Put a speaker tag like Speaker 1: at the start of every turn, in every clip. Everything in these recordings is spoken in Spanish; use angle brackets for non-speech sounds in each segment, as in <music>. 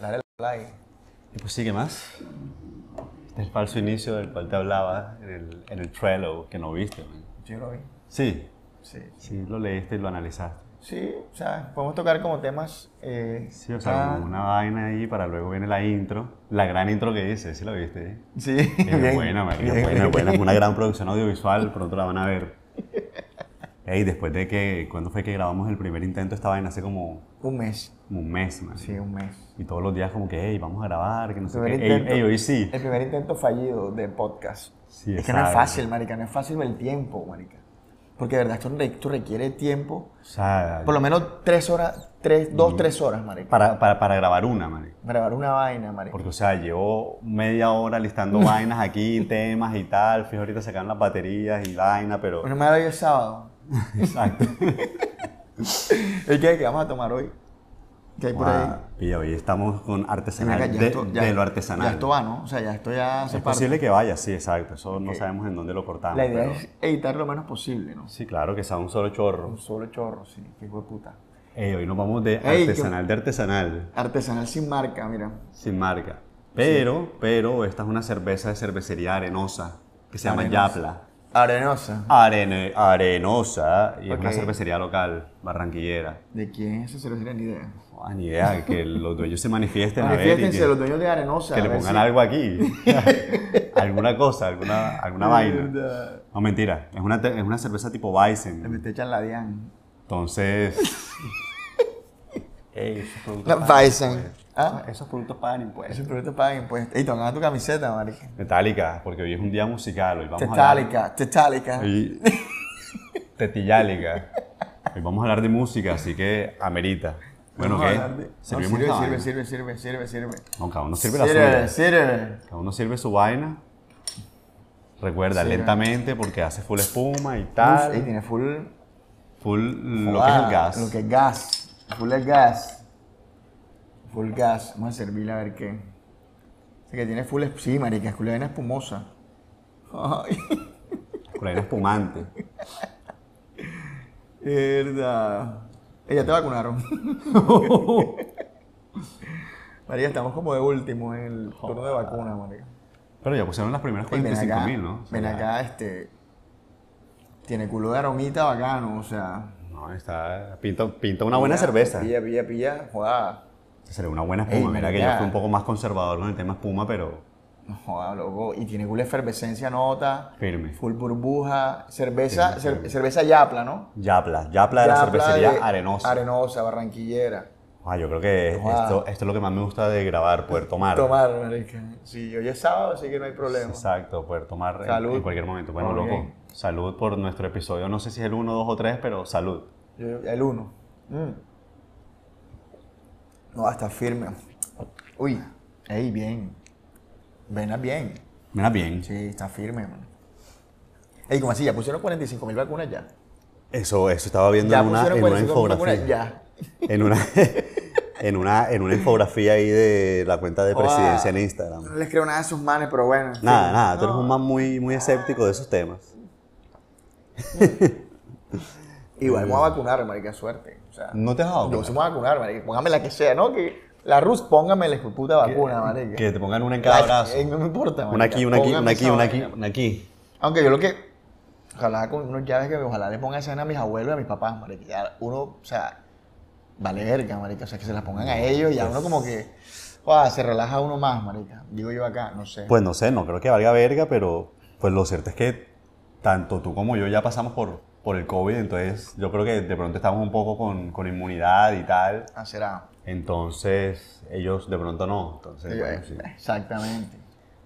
Speaker 1: Dale like.
Speaker 2: Y pues sí, ¿qué más? Este es el falso inicio del cual te hablaba en el, en el Trello que no viste. man.
Speaker 1: Yo lo vi.
Speaker 2: Sí,
Speaker 1: Sí.
Speaker 2: sí, lo leíste y lo analizaste.
Speaker 1: Sí, o sea, podemos tocar como temas. eh,
Speaker 2: Sí, o sea,
Speaker 1: ah,
Speaker 2: como una vaina ahí para luego viene la intro, la gran intro que hice, ¿sí la viste? eh?
Speaker 1: Sí,
Speaker 2: Qué
Speaker 1: <laughs> bien,
Speaker 2: buena, marica,
Speaker 1: bien,
Speaker 2: buena,
Speaker 1: bien.
Speaker 2: buena. Es una gran producción audiovisual, pronto la van a ver. Ey, después de que, ¿cuándo fue que grabamos el primer intento? Esta vaina hace como,
Speaker 1: <laughs> Un mes.
Speaker 2: como un mes, man.
Speaker 1: Sí, un mes.
Speaker 2: Y todos los días como que, hey, vamos a grabar, que no sé qué.
Speaker 1: Primer
Speaker 2: Eh, Ey,
Speaker 1: intento. Eh,
Speaker 2: ey, hoy sí.
Speaker 1: El primer intento fallido de podcast.
Speaker 2: Sí,
Speaker 1: es que no es
Speaker 2: exacto.
Speaker 1: fácil, marica, no es fácil el tiempo, marica. Porque de verdad esto, re- esto requiere tiempo,
Speaker 2: O sea,
Speaker 1: por lo menos tres horas, tres, dos, tres horas, marica.
Speaker 2: Mm. para, para, para grabar una, man.
Speaker 1: Para grabar una vaina, marica.
Speaker 2: Porque, o sea, llevo media
Speaker 1: <laughs>
Speaker 2: hora listando vainas aquí, temas y tal. Fijo, ahorita sacaron las baterías y vaina, pero...
Speaker 1: Una mala el sábado.
Speaker 2: <laughs>
Speaker 1: <laughs>
Speaker 2: Exacto.
Speaker 1: ¿Y qué, qué vamos a tomar hoy? ¿Qué hay por ahí?
Speaker 2: Ah, Pilla, hoy estamos con artesanal,
Speaker 1: Ven acá, ya
Speaker 2: de,
Speaker 1: esto- ya-
Speaker 2: de lo
Speaker 1: Ya
Speaker 2: artesanal.
Speaker 1: esto va, ¿no? O sea, ya esto ya se
Speaker 2: Es
Speaker 1: parte.
Speaker 2: posible que vaya, sí, exacto. Eso no
Speaker 1: Ok.
Speaker 2: sabemos en dónde lo cortamos.
Speaker 1: La idea
Speaker 2: pero-
Speaker 1: es editar lo menos posible, ¿no?
Speaker 2: Sí, claro, que sea un solo chorro.
Speaker 1: Un solo chorro, sí, qué hijo de puta.
Speaker 2: Ey, hoy nos vamos de
Speaker 1: Ey,
Speaker 2: artesanal, de artesanal,
Speaker 1: Artesanal sin marca, mira.
Speaker 2: sin marca. Pero, pero, esta es una cerveza de cervecería arenosa, que se llama
Speaker 1: Arenosa.
Speaker 2: Yapla.
Speaker 1: Arenosa.
Speaker 2: Arene- arenosa, y es una
Speaker 1: Ok.
Speaker 2: cervecería local, barranquillera.
Speaker 1: ¿De quién es esa cervecería? Ni idea.
Speaker 2: Ah, ni idea, que los dueños se manifiesten a ver y
Speaker 1: Manifiéstense
Speaker 2: que,
Speaker 1: los dueños de Arenosa.
Speaker 2: que
Speaker 1: a
Speaker 2: le
Speaker 1: ver
Speaker 2: pongan
Speaker 1: si-
Speaker 2: algo aquí.
Speaker 1: <laughs>
Speaker 2: alguna cosa, alguna, alguna vaina.
Speaker 1: Mierda.
Speaker 2: No, mentira, es una, te- es una cerveza tipo Weizen.
Speaker 1: Me te echan la Dian. <laughs>
Speaker 2: Entonces. ey, esos productos
Speaker 1: La
Speaker 2: pagan
Speaker 1: Bison.
Speaker 2: impuestos.
Speaker 1: ¿Ah?
Speaker 2: Esos productos pagan impuestos.
Speaker 1: Esos productos pagan impuestos. Y te van a dar tu camiseta, marica.
Speaker 2: Metallica, porque hoy es un día musical. Hoy vamos a
Speaker 1: Tetálica,
Speaker 2: hablar.
Speaker 1: tetálica. <laughs>
Speaker 2: Hoy- Tetillálica. Hoy vamos a hablar de música, así que amerita. Bueno,
Speaker 1: Vamos a
Speaker 2: ¿qué?
Speaker 1: hablar de- No,
Speaker 2: Servimos
Speaker 1: sirve,
Speaker 2: la
Speaker 1: sirve,
Speaker 2: vaina.
Speaker 1: sirve, sirve, sirve, sirve.
Speaker 2: No, cada uno sirve la
Speaker 1: Sirve,
Speaker 2: suya.
Speaker 1: sirve.
Speaker 2: Cada uno sirve su vaina. Recuerda,
Speaker 1: Sirve.
Speaker 2: lentamente, porque hace full espuma y tal.
Speaker 1: Uf, Y tiene full
Speaker 2: Full lo que es
Speaker 1: Joda,
Speaker 2: el gas.
Speaker 1: Lo que es gas. Full el gas. Full gas. Vamos a servirle a ver qué. O sea, que tiene full. esp- Sí, marica, es full de vaina espumosa. Ay, <laughs>
Speaker 2: Por ahí no es espumante.
Speaker 1: verdad. Ella te vacunaron. <laughs> María, estamos como de último en el turno de vacuna, María.
Speaker 2: Pero ya pusieron las primeras
Speaker 1: Ey, ven
Speaker 2: 45
Speaker 1: acá,
Speaker 2: mil, ¿no? O sea,
Speaker 1: ven acá, este. Tiene culo de aromita bacano, o sea.
Speaker 2: No, está. Pinta, pinta una buena cerveza.
Speaker 1: Pilla, pilla, pilla, joda.
Speaker 2: Sería una buena
Speaker 1: Ey,
Speaker 2: espuma. Mira que yo
Speaker 1: marica.
Speaker 2: fui un poco más conservador con el tema espuma, pero
Speaker 1: No joda, loco. Y tiene culo de efervescencia, nota.
Speaker 2: firme.
Speaker 1: Full burbuja, cerveza,
Speaker 2: Sí,
Speaker 1: cer- cerveza yapla, ¿no?
Speaker 2: Yapla, Yapla de la
Speaker 1: Yapla
Speaker 2: cervecería
Speaker 1: de-
Speaker 2: Arenosa.
Speaker 1: Arenosa, barranquillera.
Speaker 2: Ah, yo creo que
Speaker 1: Ojalá. Eh,
Speaker 2: esto, esto es lo que más me gusta de grabar, poder tomar.
Speaker 1: Tomar, marica. Sí, hoy es sábado, así que no hay problema.
Speaker 2: Exacto, poder tomar en-
Speaker 1: Salud.
Speaker 2: En, cualquier momento. Bueno,
Speaker 1: Ok.
Speaker 2: loco, salud por nuestro episodio. No sé si es el 1, 2 o 3, pero salud.
Speaker 1: Yo- el uno. Mm. No, hasta firme. Uy, ey, bien. Venas bien.
Speaker 2: Mira bien.
Speaker 1: Sí, está firme, man. Ey, ¿cómo así? ¿Ya pusieron 45 mil vacunas ya?
Speaker 2: Eso, eso estaba viendo
Speaker 1: ya
Speaker 2: en una,
Speaker 1: pusieron
Speaker 2: en una
Speaker 1: 45.000
Speaker 2: infografía.
Speaker 1: ya.
Speaker 2: En una, <laughs> en, una, en una infografía ahí de la cuenta de
Speaker 1: Joda.
Speaker 2: presidencia en Instagram.
Speaker 1: No les creo nada a sus manes, pero bueno. en fin.
Speaker 2: Nada, nada, tú
Speaker 1: No.
Speaker 2: eres un man muy, muy escéptico de esos temas.
Speaker 1: Igual vamos a vacunar, marica, suerte. O sea,
Speaker 2: Mm. ¿No te has dado
Speaker 1: Yo
Speaker 2: cuenta?
Speaker 1: sí me voy a vacunar, marica. Póngame la que sea, ¿no? Que la Rus, póngame la puta vacuna, marica.
Speaker 2: Que te pongan una en cada
Speaker 1: La-
Speaker 2: brazo.
Speaker 1: eh, no me importa, marica.
Speaker 2: Una aquí, una aquí,
Speaker 1: Póngame
Speaker 2: una aquí,
Speaker 1: esa
Speaker 2: una aquí,
Speaker 1: vaina.
Speaker 2: una aquí.
Speaker 1: Aunque yo lo que... Ojalá con unos llaves que ojalá le pongan esa vaina a mis abuelos y a mis papás, marica. Ya uno, o sea, vale verga, marica. O sea, que se las pongan a ellos y ya uno como que... Joder, se relaja uno más, marica. Digo yo acá, no sé.
Speaker 2: Pues no sé, no creo que valga verga, pero pues lo cierto es que tanto tú como yo ya pasamos por, por el COVID, entonces yo creo que de pronto estamos un poco con, con inmunidad y tal.
Speaker 1: Ah, será.
Speaker 2: Entonces ellos de pronto no. Entonces,
Speaker 1: Sí,
Speaker 2: bueno,
Speaker 1: eh,
Speaker 2: sí.
Speaker 1: Exactamente,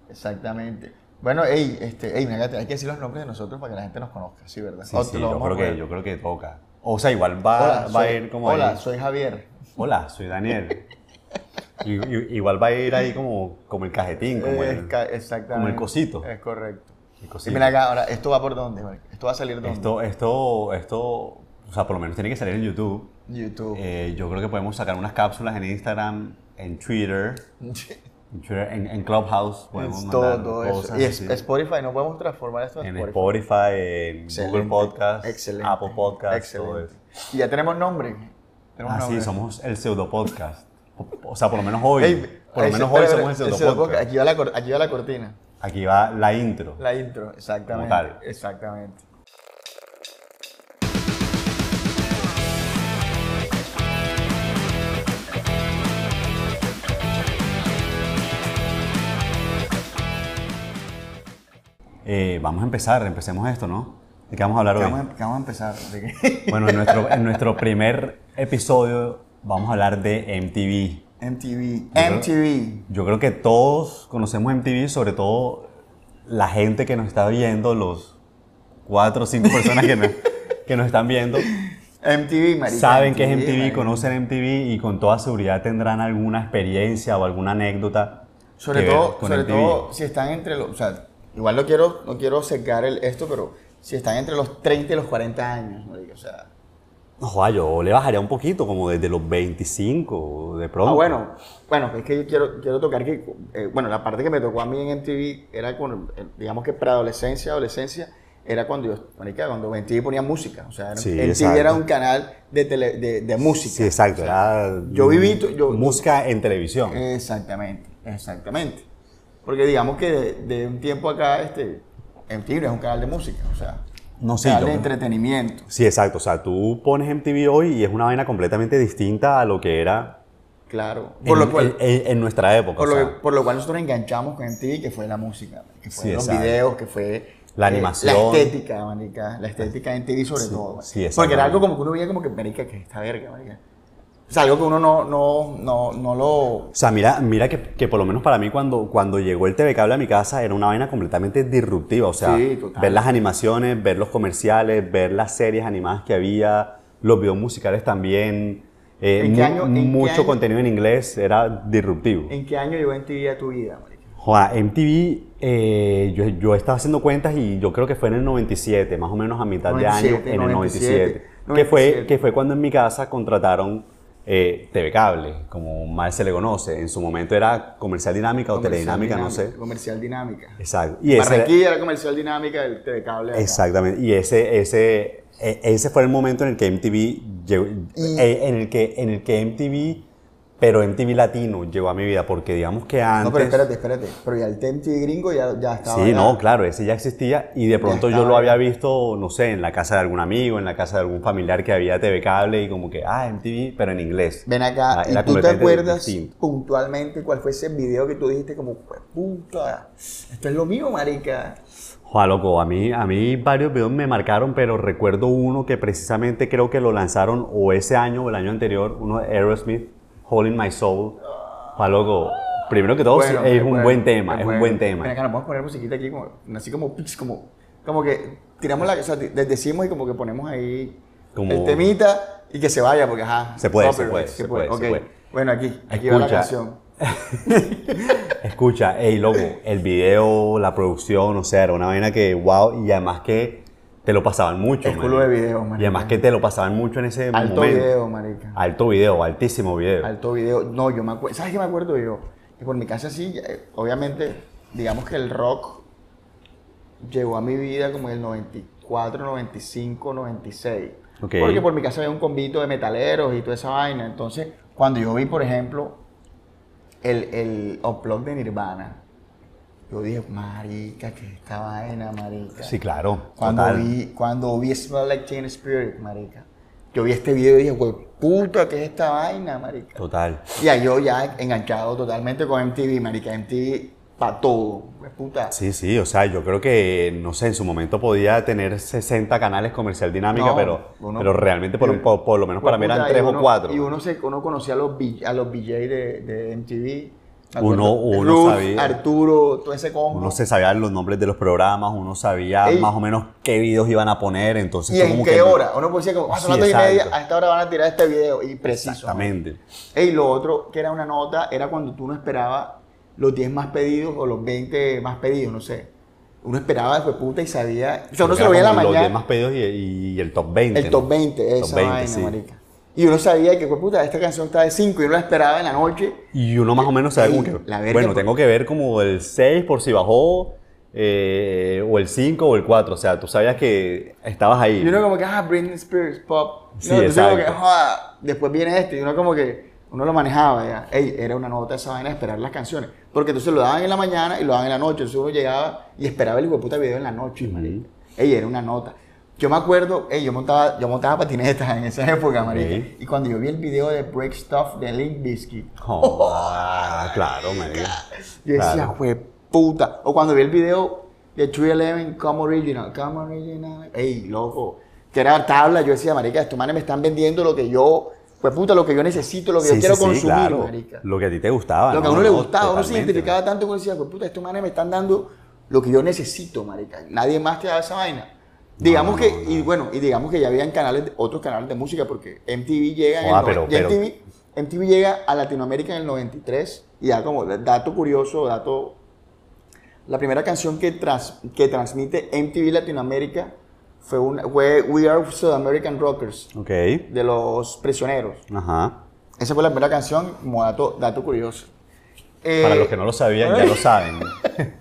Speaker 1: exactamente. Bueno, ey, este, ey, mira, hay que decir los nombres de nosotros para que la gente nos conozca, sí, ¿verdad?
Speaker 2: Sí,
Speaker 1: O
Speaker 2: sí,
Speaker 1: te lo
Speaker 2: yo
Speaker 1: vamos a
Speaker 2: creo que,
Speaker 1: poner.
Speaker 2: yo creo que toca. O sea, igual va,
Speaker 1: Hola,
Speaker 2: va
Speaker 1: soy,
Speaker 2: a ir como
Speaker 1: Hola,
Speaker 2: ahí.
Speaker 1: soy Javier.
Speaker 2: Hola, soy Daniel. Y- y- igual va a ir ahí como, como el cajetín, como
Speaker 1: Eh,
Speaker 2: el,
Speaker 1: ca- exactamente.
Speaker 2: como el cosito.
Speaker 1: Es correcto.
Speaker 2: el
Speaker 1: Y
Speaker 2: cosito.
Speaker 1: mira acá, ahora, ¿esto va por dónde? Marco? ¿Esto va a salir dónde?
Speaker 2: Esto, esto, esto, o sea, por lo menos tiene que salir en YouTube.
Speaker 1: YouTube. <laughs>
Speaker 2: Eh, yo creo que podemos sacar unas cápsulas en Instagram, en Twitter, en, Twitter, en- en Clubhouse. Podemos
Speaker 1: Es
Speaker 2: mandar
Speaker 1: todo, todo eso.
Speaker 2: cosas
Speaker 1: Y es-
Speaker 2: así.
Speaker 1: Spotify, no podemos transformar esto en,
Speaker 2: en Spotify, en Google
Speaker 1: Excelente,
Speaker 2: Podcast,
Speaker 1: excelente,
Speaker 2: Apple Podcast, todo
Speaker 1: excelente.
Speaker 2: eso.
Speaker 1: Y ya tenemos nombre. Tenemos
Speaker 2: Ah, sí,
Speaker 1: nombre.
Speaker 2: somos el pseudo podcast. O sea, por lo menos hoy.
Speaker 1: Ey,
Speaker 2: por lo
Speaker 1: ey, espera,
Speaker 2: menos hoy
Speaker 1: espera,
Speaker 2: somos el
Speaker 1: el
Speaker 2: pseudo
Speaker 1: podcast.
Speaker 2: podcast.
Speaker 1: Aquí va, la, cor- aquí va la cortina,
Speaker 2: Aquí va la intro.
Speaker 1: la intro, exactamente.
Speaker 2: tal.
Speaker 1: Exactamente.
Speaker 2: Eh, vamos a empezar, empecemos esto, ¿no? ¿De qué vamos a hablar
Speaker 1: ¿Qué
Speaker 2: hoy?
Speaker 1: Vamos, a, qué vamos a empezar. ¿De qué? <laughs>
Speaker 2: Bueno, en nuestro, en nuestro primer episodio vamos a hablar de MTV.
Speaker 1: MTV.
Speaker 2: creo-
Speaker 1: MTV.
Speaker 2: Yo creo que todos conocemos MTV, sobre todo la gente que nos está viendo, los cuatro o cinco personas
Speaker 1: <laughs>
Speaker 2: que nos, que nos están viendo,
Speaker 1: MTV, marica.
Speaker 2: saben que es MTV,
Speaker 1: marica.
Speaker 2: conocen MTV y con toda seguridad tendrán alguna experiencia o alguna anécdota.
Speaker 1: Sobre
Speaker 2: que ver
Speaker 1: todo,
Speaker 2: con
Speaker 1: sobre
Speaker 2: MTV.
Speaker 1: todo si están entre los. O sea, igual no quiero, no quiero secar el, esto, pero si están entre los 30 y los 40 años, marica, O sea.
Speaker 2: Ojo, yo le bajaría un poquito, como desde los 25, de pronto.
Speaker 1: Ah, bueno, bueno, es que yo quiero, quiero tocar que, eh, bueno, la parte que me tocó a mí en MTV era con, eh, digamos que preadolescencia, adolescencia, era cuando yo, marica, cuando MTV ponía música, o sea, era-
Speaker 2: Sí,
Speaker 1: MTV
Speaker 2: exacto.
Speaker 1: era un canal de, tele- de, de música.
Speaker 2: Sí, exacto.
Speaker 1: O sea,
Speaker 2: era
Speaker 1: yo viví tu- yo- Eh.
Speaker 2: música en televisión.
Speaker 1: Exactamente, exactamente. Porque digamos que de, de un tiempo acá, este, MTV no es un canal de música, o sea,
Speaker 2: No,
Speaker 1: un
Speaker 2: sí,
Speaker 1: canal
Speaker 2: yo-
Speaker 1: de entretenimiento.
Speaker 2: Sí, exacto. O sea, tú pones MTV hoy y es una vaina completamente distinta a lo que era
Speaker 1: Claro.
Speaker 2: en,
Speaker 1: Por lo cual,
Speaker 2: en- en nuestra época.
Speaker 1: Por
Speaker 2: o
Speaker 1: lo,
Speaker 2: sea,
Speaker 1: que- por lo cual nosotros enganchamos con MTV, que fue la música, que fue
Speaker 2: Sí,
Speaker 1: los
Speaker 2: exacto.
Speaker 1: videos, que fue
Speaker 2: La
Speaker 1: eh,
Speaker 2: animación.
Speaker 1: la estética, marica, la estética de MTV sobre
Speaker 2: Sí,
Speaker 1: todo. marica.
Speaker 2: sí, exacto.
Speaker 1: Porque era algo como que uno veía como que, marica, que esta verga, marica. O sea, algo que uno no, no, no, no lo...
Speaker 2: o sea, mira, mira que, que por lo menos para mí cuando, cuando llegó el TV cable a mi casa era una vaina completamente disruptiva. O sea,
Speaker 1: Sí, total.
Speaker 2: ver las animaciones, ver los comerciales, ver las series animadas que había, los videos musicales también. eh,
Speaker 1: ¿En qué
Speaker 2: mu-
Speaker 1: año- en qué
Speaker 2: mucho
Speaker 1: año?
Speaker 2: contenido en inglés era disruptivo.
Speaker 1: ¿En qué año llegó MTV a tu vida, marica?
Speaker 2: Joda, MTV, eh, yo, yo estaba haciendo cuentas y yo creo que fue en el 97, más o menos a mitad de
Speaker 1: 97,
Speaker 2: año, en el 97.
Speaker 1: 97.
Speaker 2: Que, fue,
Speaker 1: 97.
Speaker 2: que fue cuando en mi casa contrataron eh, TV Cable, como mal se le conoce. En su momento era Comercial Dinámica o
Speaker 1: Comercial
Speaker 2: Teledinámica, no sé.
Speaker 1: Dinámica, Comercial Dinámica.
Speaker 2: Exacto. Y ese, era-
Speaker 1: Barranquilla era Comercial Dinámica del Telecable. acá.
Speaker 2: exactamente. Y ese, ese, e- ese fue el momento en el que MTV, llegó- eh, en, el que, en el que MTV, pero MTV Latino llegó a mi vida, porque digamos que antes...
Speaker 1: No, pero espérate, espérate. Pero ya el MTV gringo ya, ya estaba...
Speaker 2: Sí,
Speaker 1: ya.
Speaker 2: no, claro, ese ya existía y de pronto yo
Speaker 1: estaba,
Speaker 2: lo
Speaker 1: ya.
Speaker 2: había visto, no sé, en la casa de algún amigo, en la casa de algún familiar que había TV cable y como que, ah, MTV, pero en inglés.
Speaker 1: Ven acá,
Speaker 2: Ah,
Speaker 1: ¿y
Speaker 2: era
Speaker 1: tú te
Speaker 2: completamente
Speaker 1: acuerdas
Speaker 2: distinto.
Speaker 1: puntualmente cuál fue ese video que tú dijiste como, pues puta, esto es lo mío, marica?
Speaker 2: Joder, loco, a mí, a mí varios videos me marcaron, pero recuerdo uno que precisamente creo que lo lanzaron o ese año o el año anterior, uno de Aerosmith, Holding My Soul. Joder, loco, primero que todo
Speaker 1: Bueno,
Speaker 2: Oh,
Speaker 1: pues,
Speaker 2: es un
Speaker 1: bueno,
Speaker 2: buen tema, es,
Speaker 1: bueno.
Speaker 2: un buen tema.
Speaker 1: Ven acá, nos vamos a poner musiquita aquí, como, así como, pix, como, como que tiramos la, o sea, les decimos y como que ponemos ahí
Speaker 2: Como-
Speaker 1: el temita y que se vaya, porque ajá.
Speaker 2: Se puede, se
Speaker 1: pero
Speaker 2: puede, se puede, se
Speaker 1: ok.
Speaker 2: puede.
Speaker 1: Bueno, aquí, aquí va la
Speaker 2: Escucha.
Speaker 1: canción.
Speaker 2: Escucha, hey, loco, el video, la producción, o sea, era una vaina que, wow, y además que te lo pasaban mucho.
Speaker 1: El
Speaker 2: man.
Speaker 1: culo de video, marica.
Speaker 2: Y además que te lo pasaban mucho en ese
Speaker 1: Alto
Speaker 2: momento.
Speaker 1: video, marica.
Speaker 2: Alto video, altísimo video.
Speaker 1: Alto video. No, yo me acuerdo. ¿Sabes qué me acuerdo yo? Que por mi casa sí, eh, obviamente, digamos que el rock llegó a mi vida como en el 94, 95, 96.
Speaker 2: Ok.
Speaker 1: Porque por mi casa había un convito de metaleros y toda esa vaina. Entonces, cuando yo vi, por ejemplo, el, el Unplugged de Nirvana, yo dije, marica, que esta vaina, marica.
Speaker 2: Sí, claro.
Speaker 1: Cuando
Speaker 2: total.
Speaker 1: vi, cuando vi Smell Like Teen Spirit, marica, yo vi este video y dije, güey, puta, ¿qué es esta vaina, marica?
Speaker 2: Total.
Speaker 1: Y ahí yo ya enganchado totalmente con MTV, marica, MTV para todo, güey, puta.
Speaker 2: Sí, sí, o sea, yo creo que, no sé, en su momento podía tener 60 canales comercial dinámica,
Speaker 1: No,
Speaker 2: pero,
Speaker 1: uno-
Speaker 2: pero realmente por,
Speaker 1: y-
Speaker 2: por- por lo menos para mí
Speaker 1: Güey, Pues, puta,
Speaker 2: eran
Speaker 1: y
Speaker 2: 3 o
Speaker 1: uno-
Speaker 2: 4.
Speaker 1: Y uno, se, uno conocía a los, B- a los BJ de, de MTV. me
Speaker 2: Uno-
Speaker 1: acuerdo,
Speaker 2: uno
Speaker 1: Ruth,
Speaker 2: sabía.
Speaker 1: Arturo, todo ese combo.
Speaker 2: Uno se sabía los nombres de los programas, uno sabía
Speaker 1: Ey.
Speaker 2: más o menos qué videos iban a poner, entonces
Speaker 1: ¿Y
Speaker 2: fue
Speaker 1: en
Speaker 2: como
Speaker 1: qué
Speaker 2: que-
Speaker 1: hora? Uno decía como, ah, son
Speaker 2: Sí,
Speaker 1: las dos y media,
Speaker 2: exacto.
Speaker 1: a esta hora van a tirar este video. Y preciso.
Speaker 2: Exactamente.
Speaker 1: Y lo otro que era una nota era cuando tú no esperabas los 10 más pedidos o los 20 más pedidos, no sé. Uno esperaba de puta y sabía. O sea, uno se lo veía en la
Speaker 2: Los
Speaker 1: mañana.
Speaker 2: 10 más pedidos y, y el top 20.
Speaker 1: El top
Speaker 2: ¿no?
Speaker 1: 20, esa
Speaker 2: Top 20,
Speaker 1: vaina,
Speaker 2: sí.
Speaker 1: marica. Y uno sabía que, pues, puta, esta canción está de 5 y uno la esperaba en la noche.
Speaker 2: Y uno más o menos sabe
Speaker 1: Ey,
Speaker 2: como que,
Speaker 1: la verga, pues.
Speaker 2: bueno,
Speaker 1: por-
Speaker 2: tengo que ver como el 6 por si bajó, eh, o el 5 o el 4. O sea, tú sabías que estabas ahí.
Speaker 1: Y uno como que, ah, Britney Spears, pop.
Speaker 2: Sí,
Speaker 1: No, entonces como que,
Speaker 2: exacto.
Speaker 1: joda, después viene este. Y uno como que, Uno lo manejaba, ya. Ey, era una nota esa vaina de esperar las canciones. Porque entonces lo daban en la mañana y lo daban en la noche. Entonces uno llegaba y esperaba el hijo de puta video en la noche, marica. Ey, era una nota. Yo me acuerdo, ey, yo montaba, yo montaba patinetas en esa <laughs> época, marica.
Speaker 2: Ok.
Speaker 1: Y cuando yo vi el video de Break Stuff de Link Biscuit,
Speaker 2: Oh, ah, claro, marica.
Speaker 1: yo decía,
Speaker 2: Claro.
Speaker 1: fue puta. O cuando vi el video de True Eleven, Come Original, Come Original. Ey, loco. Que era tabla, yo decía, marica, estos manes me están vendiendo lo que yo, fue puta, lo que yo necesito, lo que yo quiero consumir, marica.
Speaker 2: Lo que a ti te gustaba.
Speaker 1: Lo que a
Speaker 2: ¿no?
Speaker 1: uno le
Speaker 2: No,
Speaker 1: gustaba, uno se
Speaker 2: totalmente,
Speaker 1: identificaba tanto con decía, pues puta, estos manes me están dando lo que yo necesito, marica. Nadie más te da esa vaina. Digamos
Speaker 2: no,
Speaker 1: que,
Speaker 2: no,
Speaker 1: y bueno, y digamos que ya habían canales, de- otros canales de música, porque MTV llega en
Speaker 2: Joda,
Speaker 1: el noven-
Speaker 2: pero-
Speaker 1: ya
Speaker 2: pero-
Speaker 1: MTV, MTV llega a Latinoamérica en el 93, y ya como dato curioso, dato. La primera canción que, trans- que transmite MTV Latinoamérica fue, una, fue We Are South American Rockers,
Speaker 2: marica.
Speaker 1: de los prisioneros.
Speaker 2: Ok. Ajá.
Speaker 1: Esa fue la primera canción, como dato, dato curioso. Eh,
Speaker 2: Para los que no lo sabían, ya lo saben.
Speaker 1: <laughs>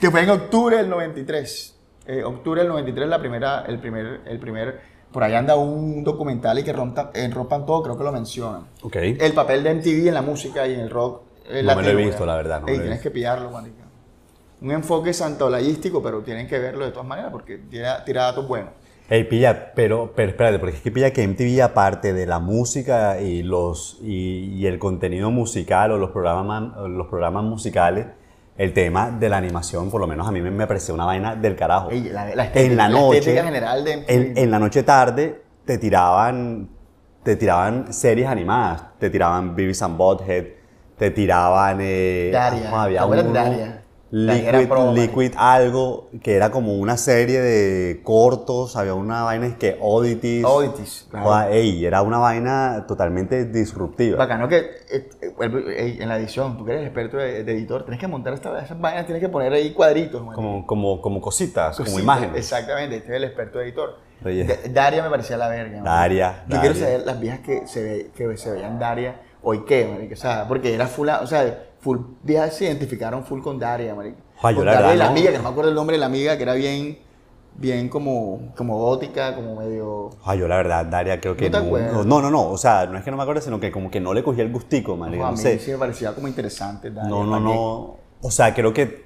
Speaker 1: que fue en octubre del 93. Eh, octubre del 93, la primera, el primer, el primer, por ahí anda un documental y que rompa- eh, rompan todo, creo que lo mencionan.
Speaker 2: Ok.
Speaker 1: El papel de MTV en la música y en el rock. eh,
Speaker 2: No me lo he
Speaker 1: latino,
Speaker 2: visto,
Speaker 1: ¿verdad?
Speaker 2: la verdad, no me
Speaker 1: Ey,
Speaker 2: lo he
Speaker 1: tienes
Speaker 2: visto.
Speaker 1: que pillarlo, marica. Un enfoque santaolayístico, pero tienen que verlo de todas maneras porque tiene tira datos buenos.
Speaker 2: Ey, pilla, pero, pero espérate, porque es que pilla que MTV, aparte de la música y, los, y, y el contenido musical o los programas, los programas musicales, el tema de la animación, por lo menos a mí me, me pareció una vaina del carajo.
Speaker 1: Ey, la,
Speaker 2: en la noche,
Speaker 1: estética general de
Speaker 2: en, en la noche tarde, te tiraban, te tiraban series animadas, te tiraban Beavis and Butthead, te tiraban... Eh,
Speaker 1: Daria,
Speaker 2: ah, había
Speaker 1: ¿te acuerdas de
Speaker 2: uno,
Speaker 1: Daria? Daria era
Speaker 2: Liquid,
Speaker 1: pro, marica.
Speaker 2: Liquid algo, que era como una serie de cortos, había una vaina es que Oddities.
Speaker 1: Oddities, claro.
Speaker 2: Joda, ey, era una vaina totalmente disruptiva.
Speaker 1: Bacano que eh, eh, vuelvo, eh, en la edición, tú que eres experto de, de editor, tienes que montar esta- esas vainas, tienes que poner ahí cuadritos, man.
Speaker 2: Como, como, como cositas, como
Speaker 1: Cositas.
Speaker 2: imágenes.
Speaker 1: Exactamente, este es el experto de editor.
Speaker 2: Oye.
Speaker 1: Da- Daria me parecía la verga. man.
Speaker 2: Daria,
Speaker 1: Yo
Speaker 2: Daria.
Speaker 1: quiero saber las viejas que se, ve- que se veían Daria hoy qué, marica. O sea, porque era full, o sea, full viejas se identificaron full con Daria, marica.
Speaker 2: Ojo, yo
Speaker 1: con
Speaker 2: la
Speaker 1: Daria
Speaker 2: verdad
Speaker 1: y la
Speaker 2: no.
Speaker 1: amiga, que no me acuerdo el nombre de la amiga, que era bien, bien como, como gótica, como medio...
Speaker 2: Ay, Ah, yo la verdad, Daria, creo que
Speaker 1: ¿No te
Speaker 2: no,
Speaker 1: acuerdas?
Speaker 2: no, no, no, o sea, no es que no me acuerde, sino que como que no le cogí el gustico, man.
Speaker 1: a
Speaker 2: No
Speaker 1: mí
Speaker 2: sé,
Speaker 1: sí me parecía como interesante Daria.
Speaker 2: No, no,
Speaker 1: ¿para qué?
Speaker 2: no. O sea, creo que,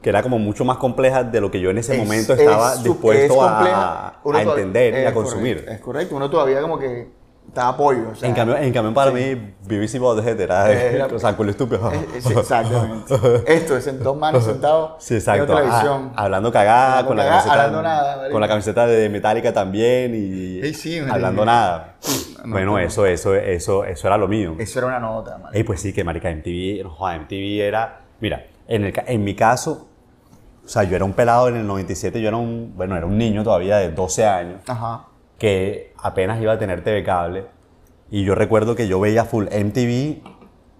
Speaker 2: que era como mucho más compleja de lo que yo en ese
Speaker 1: Es-
Speaker 2: este momento
Speaker 1: es
Speaker 2: estaba
Speaker 1: su- es
Speaker 2: dispuesto
Speaker 1: compleja.
Speaker 2: a,
Speaker 1: Uno
Speaker 2: a
Speaker 1: todavía-
Speaker 2: entender y
Speaker 1: es
Speaker 2: a consumir.
Speaker 1: correcto, es correcto, uno todavía como que está apoyo. O sea,
Speaker 2: en, cambio, en cambio, para mí, BBC Bothead era,
Speaker 1: <laughs> Era-
Speaker 2: <laughs> o sea, culo estúpido.
Speaker 1: es- es- exactamente. Esto es en dos manos sentados
Speaker 2: <laughs> Sí, exacto.
Speaker 1: en
Speaker 2: Ah,
Speaker 1: televisión.
Speaker 2: hablando cagada,
Speaker 1: Hablando
Speaker 2: con, la
Speaker 1: cagada,
Speaker 2: camiseta,
Speaker 1: hablando nada, marica.
Speaker 2: con la camiseta de Metallica también y
Speaker 1: Ey, sí, marica.
Speaker 2: hablando nada.
Speaker 1: no,
Speaker 2: bueno,
Speaker 1: no.
Speaker 2: eso, eso, eso, eso era lo mío.
Speaker 1: Eso era una nota, marica.
Speaker 2: Ey, pues sí, que marica MTV, no joda, MTV era, mira, en, el, ca- en mi caso, o sea, yo era un pelado en el 97, yo era un, bueno, era un niño todavía de 12 años,
Speaker 1: Ajá.
Speaker 2: que apenas iba a tener TV cable, y yo recuerdo que yo veía full MTV,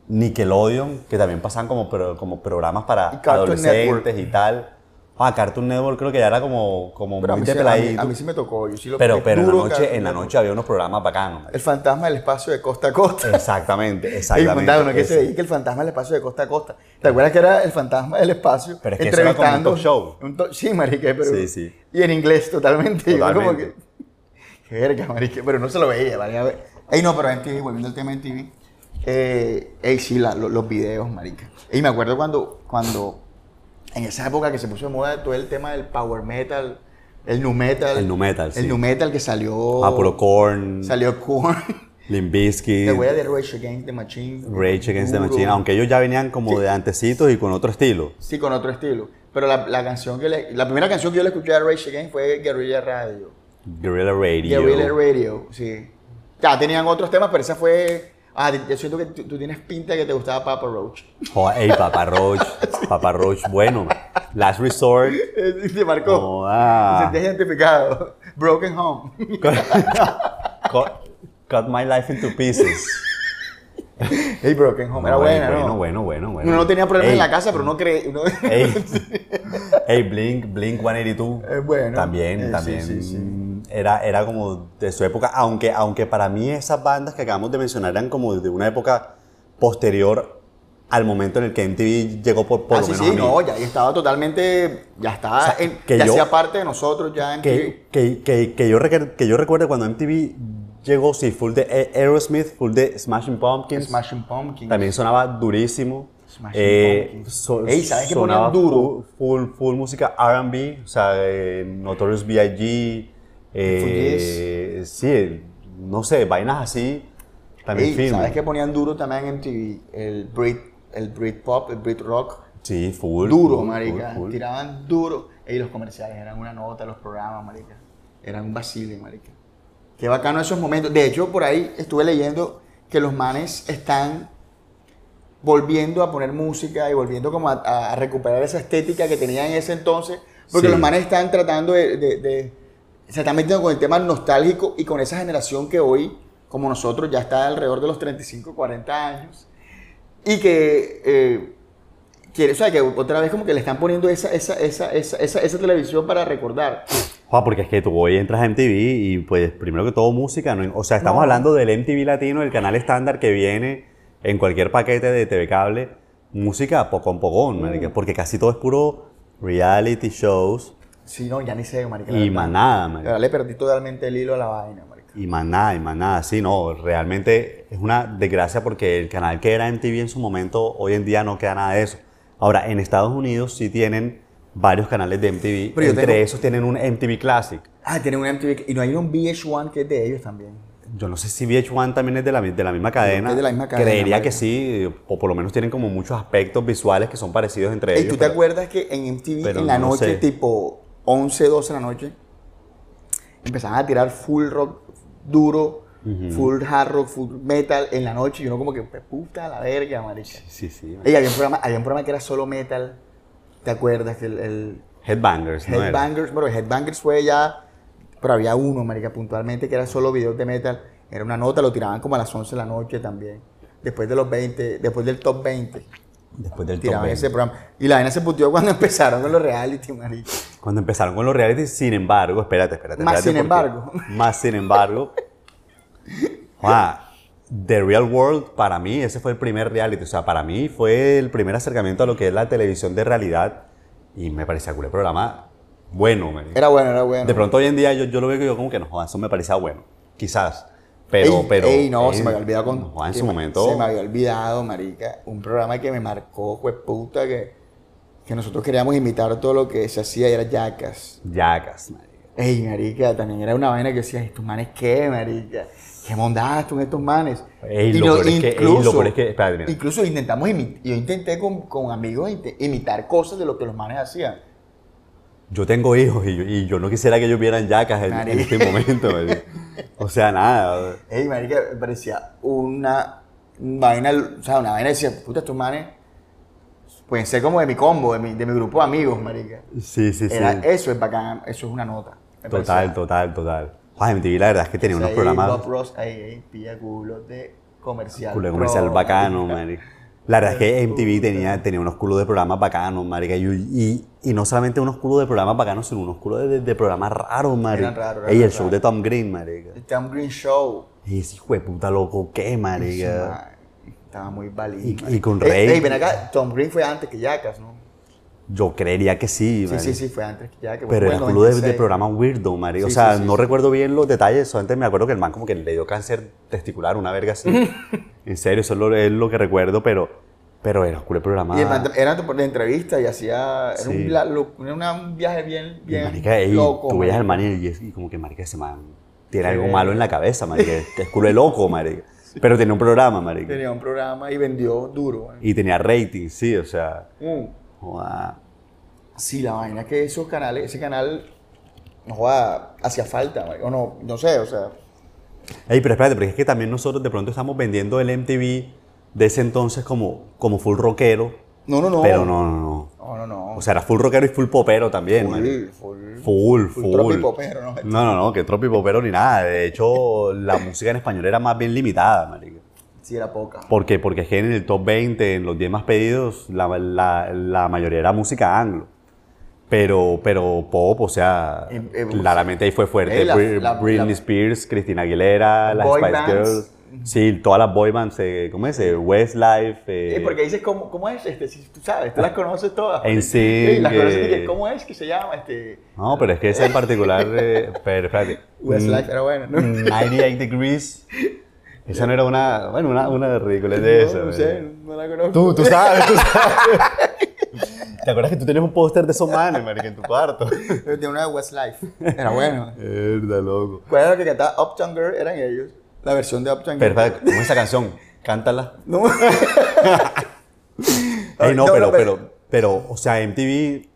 Speaker 2: Nickelodeon, que también pasaban como, pro- como programas para
Speaker 1: Y Cartoon
Speaker 2: adolescentes y tal. Ah, Cartoon Network creo que ya era como, como
Speaker 1: Pero a
Speaker 2: muy
Speaker 1: mí,
Speaker 2: de
Speaker 1: sí- a, mí,
Speaker 2: peladito.
Speaker 1: a mí sí me tocó. Yo sí lo
Speaker 2: pero
Speaker 1: es
Speaker 2: pero en, la
Speaker 1: duro,
Speaker 2: noche,
Speaker 1: cara.
Speaker 2: en la noche había unos programas bacanos. marica.
Speaker 1: El fantasma del espacio de costa a costa. <laughs>
Speaker 2: Exactamente,
Speaker 1: Hay un
Speaker 2: exactamente.
Speaker 1: fantasma ¿no? que se
Speaker 2: ese.
Speaker 1: veía que el fantasma del espacio de costa a costa. ¿Te acuerdas que era el fantasma del espacio?
Speaker 2: Pero es que eso era como un
Speaker 1: entrevistando-
Speaker 2: talk show.
Speaker 1: un talk- sí, marica, pero...
Speaker 2: Sí, sí.
Speaker 1: Y en inglés totalmente. Yo como
Speaker 2: Totalmente.
Speaker 1: que... <laughs> Qué verga, marica, pero no se lo veía, vale, a ver. Ey, no, pero MTV, volviendo al tema de MTV, eh, ey, sí, la- lo- los videos, marica. Y me acuerdo cuando, cuando, en esa época que se puso de moda todo el tema del power metal, el nu metal.
Speaker 2: El nu metal,
Speaker 1: El
Speaker 2: sí.
Speaker 1: nu metal que salió...
Speaker 2: Ah, puro Korn,
Speaker 1: Salió Korn.
Speaker 2: Limp
Speaker 1: Te
Speaker 2: Bizkit,
Speaker 1: voy a de Rage Against the Machine.
Speaker 2: Rage Against the
Speaker 1: Duro.
Speaker 2: Machine, aunque ellos ya venían como
Speaker 1: Sí.
Speaker 2: de antecitos y con otro estilo.
Speaker 1: Sí, con otro estilo. Pero la, la canción que le- la primera canción que yo le escuché a Rage Against fue Guerrilla Radio.
Speaker 2: Guerrilla Radio.
Speaker 1: Guerrilla Radio, sí. Ya tenían otros temas, pero esa fue. Ah, yo siento que tú, tú tienes pinta de que te gustaba Papa Roach. <laughs>
Speaker 2: Joder, ey, Papa Roach, Papa Roach, bueno, Last Resort.
Speaker 1: Te marcó.
Speaker 2: Joda.
Speaker 1: Te sentías identificado. Broken
Speaker 2: <laughs>
Speaker 1: Home.
Speaker 2: Cut, cut my life into pieces.
Speaker 1: Hey, Broken Home. Era
Speaker 2: No, ey,
Speaker 1: buena,
Speaker 2: bueno,
Speaker 1: ¿no?
Speaker 2: bueno, bueno, bueno.
Speaker 1: Uno no tenía problemas
Speaker 2: Ey,
Speaker 1: en la casa, pero no cree. uno- <laughs>
Speaker 2: Ey, ey, Blink, Blink 182.
Speaker 1: Eh, bueno.
Speaker 2: También,
Speaker 1: Eh, sí,
Speaker 2: también.
Speaker 1: sí, sí.
Speaker 2: Era, era como de su época, aunque, aunque para mí esas bandas que acabamos de mencionar eran como de una época posterior al momento en el que MTV llegó por,
Speaker 1: <laughs>
Speaker 2: por
Speaker 1: ah,
Speaker 2: lo
Speaker 1: sí,
Speaker 2: menos
Speaker 1: sí,
Speaker 2: a mí.
Speaker 1: no, ya estaba totalmente. Ya estaba.
Speaker 2: sea,
Speaker 1: en-
Speaker 2: que
Speaker 1: ya
Speaker 2: yo-
Speaker 1: hacía parte de nosotros ya en
Speaker 2: que, que, que, que yo recuer- que yo recuerdo cuando MTV llegó, sí, full de A- Aerosmith, full de Smashing Pumpkins.
Speaker 1: Smashing Pumpkins.
Speaker 2: También sonaba durísimo. Eh,
Speaker 1: Smashing Pumpkins. Ey, ¿sabes qué
Speaker 2: sonaba
Speaker 1: ponían
Speaker 2: Full,
Speaker 1: duro?
Speaker 2: full, full música RB, o sea, eh, Notorious B.I.G. eh, sí, no sé, vainas así. También
Speaker 1: Ey,
Speaker 2: firme.
Speaker 1: ¿Sabes que ponían duro también en TV? El Brit, el Brit Pop, el Brit Rock.
Speaker 2: Sí, full.
Speaker 1: Duro,
Speaker 2: full,
Speaker 1: marica.
Speaker 2: full, full.
Speaker 1: Tiraban duro. Y los comerciales eran una nota, los programas, marica. Eran un vacile, marica. Qué bacano esos momentos. De hecho, por ahí estuve leyendo que los manes están volviendo a poner música y volviendo como a, a recuperar esa estética que tenían en ese entonces. Porque
Speaker 2: Sí.
Speaker 1: los manes están tratando de, de- de- Se están metiendo con el tema nostálgico y con esa generación que hoy, como nosotros, ya está alrededor de los 35, 40 años. Y que... eh, quiere, o sea, que otra vez como que le están poniendo esa, esa, esa, esa, esa, esa televisión para recordar.
Speaker 2: Joder, porque es que tú hoy entras a MTV y pues primero que todo música, ¿no? o sea, estamos
Speaker 1: No.
Speaker 2: hablando del MTV latino, el canal estándar que viene en cualquier paquete de TV cable, música pocón
Speaker 1: Mm.
Speaker 2: pocón, marica, porque casi todo es puro reality shows
Speaker 1: Sí, no, ya ni sé, marica. la
Speaker 2: y
Speaker 1: verdad.
Speaker 2: manada,
Speaker 1: La
Speaker 2: marica.
Speaker 1: verdad, le perdí totalmente el hilo a la vaina, marica.
Speaker 2: Y más nada, y más nada. Sí, no, realmente es una desgracia porque el canal que era MTV en su momento, hoy en día no queda nada de eso. Ahora, en Estados Unidos sí tienen varios canales de MTV.
Speaker 1: Pero yo
Speaker 2: Entre
Speaker 1: tengo-
Speaker 2: esos tienen un MTV Classic.
Speaker 1: Ah, tienen un MTV. Y no hay un VH1 que es de ellos también.
Speaker 2: Yo no sé si VH1 también es de la, mi- de la misma cadena.
Speaker 1: es de la misma cadena,
Speaker 2: Creería que
Speaker 1: marica.
Speaker 2: sí, o por lo menos tienen como muchos aspectos visuales que son parecidos entre
Speaker 1: ¿Y
Speaker 2: ellos.
Speaker 1: tú te
Speaker 2: pero-
Speaker 1: acuerdas que en MTV,
Speaker 2: pero
Speaker 1: en la
Speaker 2: no
Speaker 1: noche,
Speaker 2: sé.
Speaker 1: tipo 11, 12 de la noche, empezaban a tirar full rock duro, full hard rock, full metal en la noche? Y uno como que, "Pues, puta la verga, marica.
Speaker 2: Sí, sí.
Speaker 1: Ey, había, un programa, había un programa que era solo metal. ¿Te acuerdas? Que el- el,
Speaker 2: Headbangers, ¿no? era?
Speaker 1: Headbangers, bueno, Headbangers fue ya, pero había uno, marica, puntualmente, que era solo videos de metal. Era una nota, lo tiraban como a las 11 de la noche también. Después de los 20, después del top 20,
Speaker 2: Después del top
Speaker 1: tiraban
Speaker 2: 20.
Speaker 1: ese programa. Y la vaina se puteó cuando <laughs> empezaron con los reality, marica.
Speaker 2: Cuando empezaron con los reality, sin embargo, espérate, espérate.
Speaker 1: Más
Speaker 2: espérate,
Speaker 1: sin
Speaker 2: porque-
Speaker 1: embargo.
Speaker 2: Más
Speaker 1: <laughs>
Speaker 2: sin embargo. ah, The Real World, para mí, ese fue el primer reality. O sea, para mí fue el primer acercamiento a lo que es la televisión de realidad. Y me parecía que el programa bueno. me-
Speaker 1: Era bueno, era bueno.
Speaker 2: De pronto hoy en día yo, yo lo veo que yo como que no, joda, eso me parecía bueno. Quizás. Pero,
Speaker 1: Ey,
Speaker 2: pero.
Speaker 1: ey, no,
Speaker 2: ey,
Speaker 1: se me había olvidado con.
Speaker 2: no, joda, en
Speaker 1: que
Speaker 2: su
Speaker 1: me-
Speaker 2: momento.
Speaker 1: Se me había olvidado, marica. Un programa que me marcó, pues puta, que, que nosotros queríamos imitar todo lo que se hacía y era Jackass.
Speaker 2: Yacas, marica.
Speaker 1: Ey, marica, también era una vaina que decías, ¿estos manes qué, marica? ¿Qué mondadas tú en estos manes?
Speaker 2: Ey, lo peor es que- ey, lo peor es que- espérate, mira.
Speaker 1: incluso intentamos, imi- yo intenté con, con amigos inte- imitar cosas de lo que los manes hacían.
Speaker 2: Yo tengo hijos y yo, y yo no quisiera que ellos vieran yacas en, en
Speaker 1: Marica.
Speaker 2: este
Speaker 1: <laughs>
Speaker 2: momento. marica. O sea, nada.
Speaker 1: Ey, marica, me parecía una vaina, o sea, una vaina decía, puta, estos manes pueden ser como de mi combo, de mi, de mi grupo de amigos, marica.
Speaker 2: Sí, sí, sí.
Speaker 1: Era, eso es bacán, eso es una nota. Me
Speaker 2: total,
Speaker 1: parecía-
Speaker 2: total, total. Ay, MTV la verdad es que tenía unos
Speaker 1: ahí,
Speaker 2: programas
Speaker 1: Bob Ross, ahí, ahí, pilla culos de comercial.
Speaker 2: culo de comercial
Speaker 1: pro,
Speaker 2: bacano,
Speaker 1: marica.
Speaker 2: marica. La verdad es que MTV tenía, tenía unos culos de programas bacanos, marica. Y, y, y no solamente unos culos de programas bacanos, sino unos culos de, de programas raros, marica.
Speaker 1: Eran raros,
Speaker 2: Ey,
Speaker 1: eran
Speaker 2: el show
Speaker 1: raros.
Speaker 2: de Tom Green, marica.
Speaker 1: El Tom Green Show.
Speaker 2: Y ese hijo de puta loco, ¿qué, marica?
Speaker 1: Sí, man, Estaba muy valido.
Speaker 2: Y- y con
Speaker 1: Ey,
Speaker 2: Rey.
Speaker 1: ey, ven acá, Tom Green fue antes que Jackass, ¿no?
Speaker 2: Yo creería que sí,
Speaker 1: Sí,
Speaker 2: marica.
Speaker 1: sí, sí, fue antes que Jackass.
Speaker 2: Pero
Speaker 1: fue
Speaker 2: era
Speaker 1: en
Speaker 2: culo de, de
Speaker 1: 96.
Speaker 2: programa weirdo, marica. o
Speaker 1: Sí,
Speaker 2: sea,
Speaker 1: sí, sí,
Speaker 2: no
Speaker 1: sí.
Speaker 2: recuerdo bien los detalles. Solamente me acuerdo que el man como que le dio cáncer testicular, una
Speaker 1: <laughs>
Speaker 2: verga así. en serio, eso es lo, es lo que recuerdo, pero, pero era culo de programa.
Speaker 1: Y el man era de entrevista y hacía. Era,
Speaker 2: Sí.
Speaker 1: un, la- lo- era una- un viaje bien,
Speaker 2: Y,
Speaker 1: bien
Speaker 2: marica, ey,
Speaker 1: loco.
Speaker 2: tú veías al
Speaker 1: marica.
Speaker 2: man y, es- y como que, marica, ese man tiene
Speaker 1: Sí.
Speaker 2: algo malo en la
Speaker 1: <laughs>
Speaker 2: cabeza, marica. es culo de loco, marica. Pero tenía un programa, marica.
Speaker 1: Tenía un programa y vendió duro. man.
Speaker 2: Y tenía rating, sí, o sea.
Speaker 1: Mm.
Speaker 2: joda.
Speaker 1: Sí, la vaina es que esos canales, ese canal, no joda, hacía falta, marica, o no, no sé, o sea.
Speaker 2: Ey, pero espérate, porque es que también nosotros de pronto estamos vendiendo el MTV de ese entonces como, como full rockero.
Speaker 1: No, no, no.
Speaker 2: Pero no, no, no.
Speaker 1: No, no, no.
Speaker 2: O sea, era full rockero y full popero también,
Speaker 1: full,
Speaker 2: marica.
Speaker 1: full,
Speaker 2: Full, full.
Speaker 1: tropipopero, ¿no?
Speaker 2: No, no, no, que tropipopero ni nada. De hecho, la música en español era más bien limitada, marica.
Speaker 1: Sí, era poca.
Speaker 2: ¿Por qué? Porque es que en el top 20, en los 10 más pedidos, la, la- la mayoría era música anglo. Pero, pero pop, o sea,
Speaker 1: Eh, eh,
Speaker 2: claramente ahí fue fuerte.
Speaker 1: eh, la-
Speaker 2: Bri-
Speaker 1: la-
Speaker 2: Britney
Speaker 1: la-
Speaker 2: Spears, Cristina Aguilera, las
Speaker 1: Boy
Speaker 2: Spice
Speaker 1: bands,
Speaker 2: Girls. Sí, todas las boy bands, eh, ¿cómo es? Eh, Westlife. eh,
Speaker 1: Sí, porque dices, ¿cómo, cómo es? Este, si tú sabes, tú las conoces todas.
Speaker 2: Ah, En
Speaker 1: sí. las conoces.
Speaker 2: sí,
Speaker 1: dije,
Speaker 2: eh,
Speaker 1: ¿Cómo es que se llama? Este,
Speaker 2: No, pero es que ese en particular. eh, <laughs> pero espérate. Mm.
Speaker 1: Westlife era bueno,
Speaker 2: <laughs>
Speaker 1: ¿no?
Speaker 2: 98 Degrees. Esa no era una. Bueno, una, una de ridículas de
Speaker 1: no,
Speaker 2: esas.
Speaker 1: no
Speaker 2: eh.
Speaker 1: sé, no la conozco.
Speaker 2: Tú, tú sabes, tú sabes. ¿Te acuerdas que tú tenías un póster de esos manes, marica, en tu cuarto?
Speaker 1: De una de Westlife. Era bueno.
Speaker 2: Mierda, loco.
Speaker 1: ¿Cuál era la que cantaba Uptown Girl? Eran ellos. La versión de Uptown
Speaker 2: Pero
Speaker 1: Girl.
Speaker 2: espérate, ¿cómo es esa canción? Cántala.
Speaker 1: No.
Speaker 2: <laughs> Ey,
Speaker 1: No,
Speaker 2: no,
Speaker 1: no, pero-
Speaker 2: pero, pero, pero, o sea, MTV,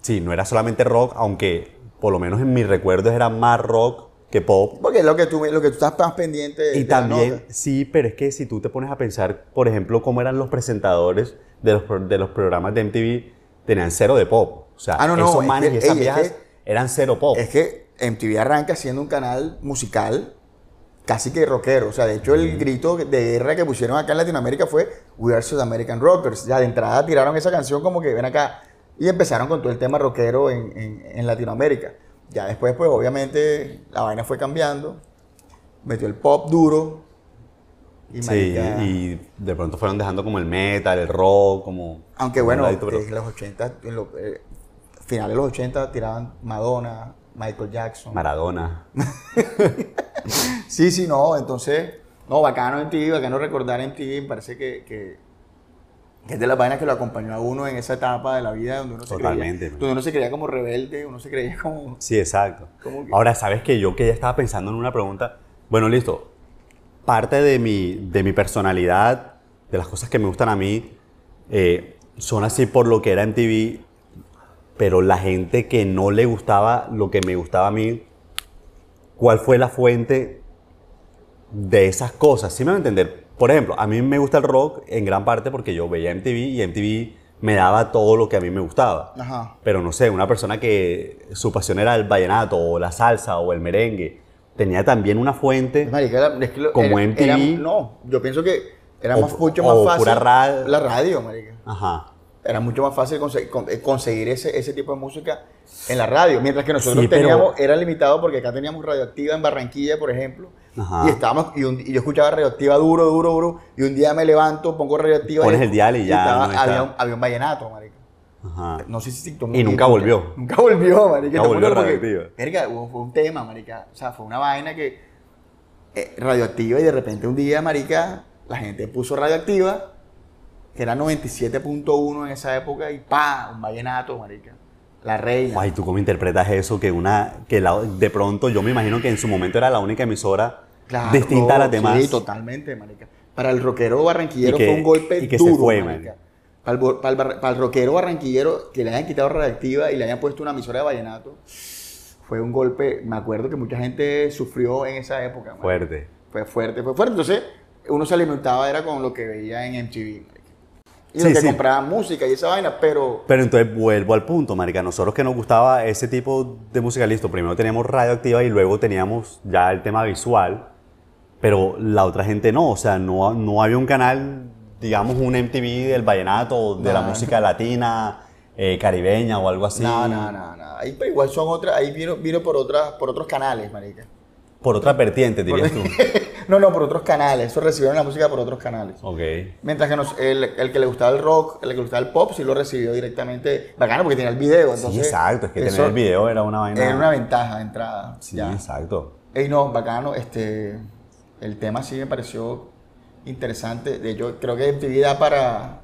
Speaker 2: sí, no era solamente rock, aunque por lo menos en mis recuerdos era más rock que pop.
Speaker 1: Porque es lo que tú, lo que tú estás más pendiente de
Speaker 2: Y
Speaker 1: de la
Speaker 2: también,
Speaker 1: nota.
Speaker 2: sí, pero es que si tú te pones a pensar, por ejemplo, cómo eran los presentadores de los, pro- de los programas de MTV, tenían cero de pop. O sea,
Speaker 1: Ah, no, no,
Speaker 2: esos
Speaker 1: es
Speaker 2: manes
Speaker 1: que-
Speaker 2: y esas
Speaker 1: ey, es
Speaker 2: viejas eran cero pop.
Speaker 1: Es que MTV arranca siendo un canal musical casi que rockero. O sea, de hecho, el grito de guerra que pusieron acá en Latinoamérica fue We Are South American Rockers. Ya de entrada tiraron esa canción como que ven acá. Y empezaron con todo el tema rockero en, en- en Latinoamérica. Ya después, pues obviamente, la vaina fue cambiando. Metió el pop duro. Y,
Speaker 2: sí,
Speaker 1: marica,
Speaker 2: y de pronto fueron dejando como el metal, el rock, como...
Speaker 1: Aunque
Speaker 2: como
Speaker 1: bueno,
Speaker 2: un ladito, pero-
Speaker 1: en los 80, en los, eh, finales de los 80 tiraban Madonna, Michael Jackson.
Speaker 2: Maradona.
Speaker 1: Sí, sí, no, entonces, no, bacano en TV, bacano recordar en TV, me parece que, que, que es de las vainas que lo acompañó a uno en esa etapa de la vida donde uno se
Speaker 2: Totalmente,
Speaker 1: creía,
Speaker 2: man.
Speaker 1: donde uno se creía como rebelde, uno se creía como,
Speaker 2: Sí, exacto.
Speaker 1: ¿Cómo que?
Speaker 2: Ahora, ¿sabes que Yo que ya estaba pensando en una pregunta. Bueno, listo. Parte de mi, de mi personalidad, de las cosas que me gustan a mí, eh, son así por lo que era MTV, pero la gente que no le gustaba lo que me gustaba a mí, ¿cuál fue la fuente de esas cosas? ¿Sí me va a entender? Por ejemplo, a mí me gusta el rock en gran parte porque yo veía MTV y MTV me daba todo lo que a mí me gustaba.
Speaker 1: ajá,
Speaker 2: Pero no sé, una persona que su pasión era el vallenato o la salsa o el merengue, tenía también una fuente.
Speaker 1: marica, era- es que lo-
Speaker 2: Como
Speaker 1: era-
Speaker 2: MTV.
Speaker 1: era- no, yo pienso que era
Speaker 2: O-
Speaker 1: más, mucho
Speaker 2: o
Speaker 1: más fácil
Speaker 2: pura ra-
Speaker 1: la radio, marica.
Speaker 2: Ajá.
Speaker 1: Era mucho más fácil conse- con- eh, conseguir ese, ese tipo de música en la radio. Mientras que nosotros
Speaker 2: Sí, pero-
Speaker 1: teníamos, era limitado porque acá teníamos radioactiva en Barranquilla, por ejemplo.
Speaker 2: Ajá.
Speaker 1: Y estábamos, y, un- y yo escuchaba radioactiva duro, duro, duro. Y un día me levanto, pongo radioactiva.
Speaker 2: Pones el dial y ya
Speaker 1: estaba-
Speaker 2: no está.
Speaker 1: había, un, había un vallenato, marica.
Speaker 2: Ajá.
Speaker 1: No sé si
Speaker 2: Ah. Y nunca volvió.
Speaker 1: Nunca volvió, marica.
Speaker 2: Nunca
Speaker 1: Te
Speaker 2: volvió
Speaker 1: juro, porque,
Speaker 2: Radioactiva.
Speaker 1: verga, fue fue un tema, marica. O sea, fue una vaina que eh, radioactiva y de repente un día, marica, la gente puso radioactiva, que era 97.1 en esa época y pa, un vallenato, marica. La reina.
Speaker 2: Ay, ¿tú cómo interpretas eso? Que una, que la- de pronto yo me imagino que en su momento era la única emisora
Speaker 1: Claro,
Speaker 2: distinta a las demás.
Speaker 1: Sí, totalmente, marica. Para el rockero barranquillero
Speaker 2: Y que-
Speaker 1: fue un golpe
Speaker 2: y que se
Speaker 1: duro,
Speaker 2: fue,
Speaker 1: marica.
Speaker 2: man.
Speaker 1: Para el, bo- para, el barra- para el rockero barranquillero que le hayan quitado radioactiva y le hayan puesto una emisora de vallenato, fue un golpe, me acuerdo que mucha gente sufrió en esa época. marica.
Speaker 2: Fuerte.
Speaker 1: Fue fuerte, fue fuerte. Entonces, uno se alimentaba era con lo que veía en MTV. marica. Y
Speaker 2: Sí,
Speaker 1: lo que
Speaker 2: sí.
Speaker 1: compraba música y esa vaina, pero...
Speaker 2: Pero entonces vuelvo al punto, marica. Nosotros que nos gustaba ese tipo de música, listo, primero teníamos radioactiva y luego teníamos ya el tema visual, pero la otra gente no, o sea, no, no había un canal, digamos, un MTV del vallenato, de la
Speaker 1: No.
Speaker 2: música latina, eh, caribeña o algo así.
Speaker 1: No, no, no, no. Ahí, pero igual son otras, ahí vino, vino por, otras, por otros canales, marica.
Speaker 2: Por otra vertiente, dirías
Speaker 1: <laughs>
Speaker 2: tú.
Speaker 1: no, no, por otros canales. Eso recibieron la música por otros canales.
Speaker 2: ok.
Speaker 1: Mientras que nos- el, el que le gustaba el rock, el que le gustaba el pop, sí lo recibió directamente. Bacano porque tenía el video. Entonces,
Speaker 2: sí, exacto, es que
Speaker 1: eso
Speaker 2: tener el video era una vaina.
Speaker 1: Era una ventaja de entrada.
Speaker 2: Sí,
Speaker 1: ya.
Speaker 2: exacto.
Speaker 1: Ey, no, bacano. Este, el tema sí me pareció interesante. De hecho, creo que MTV da para.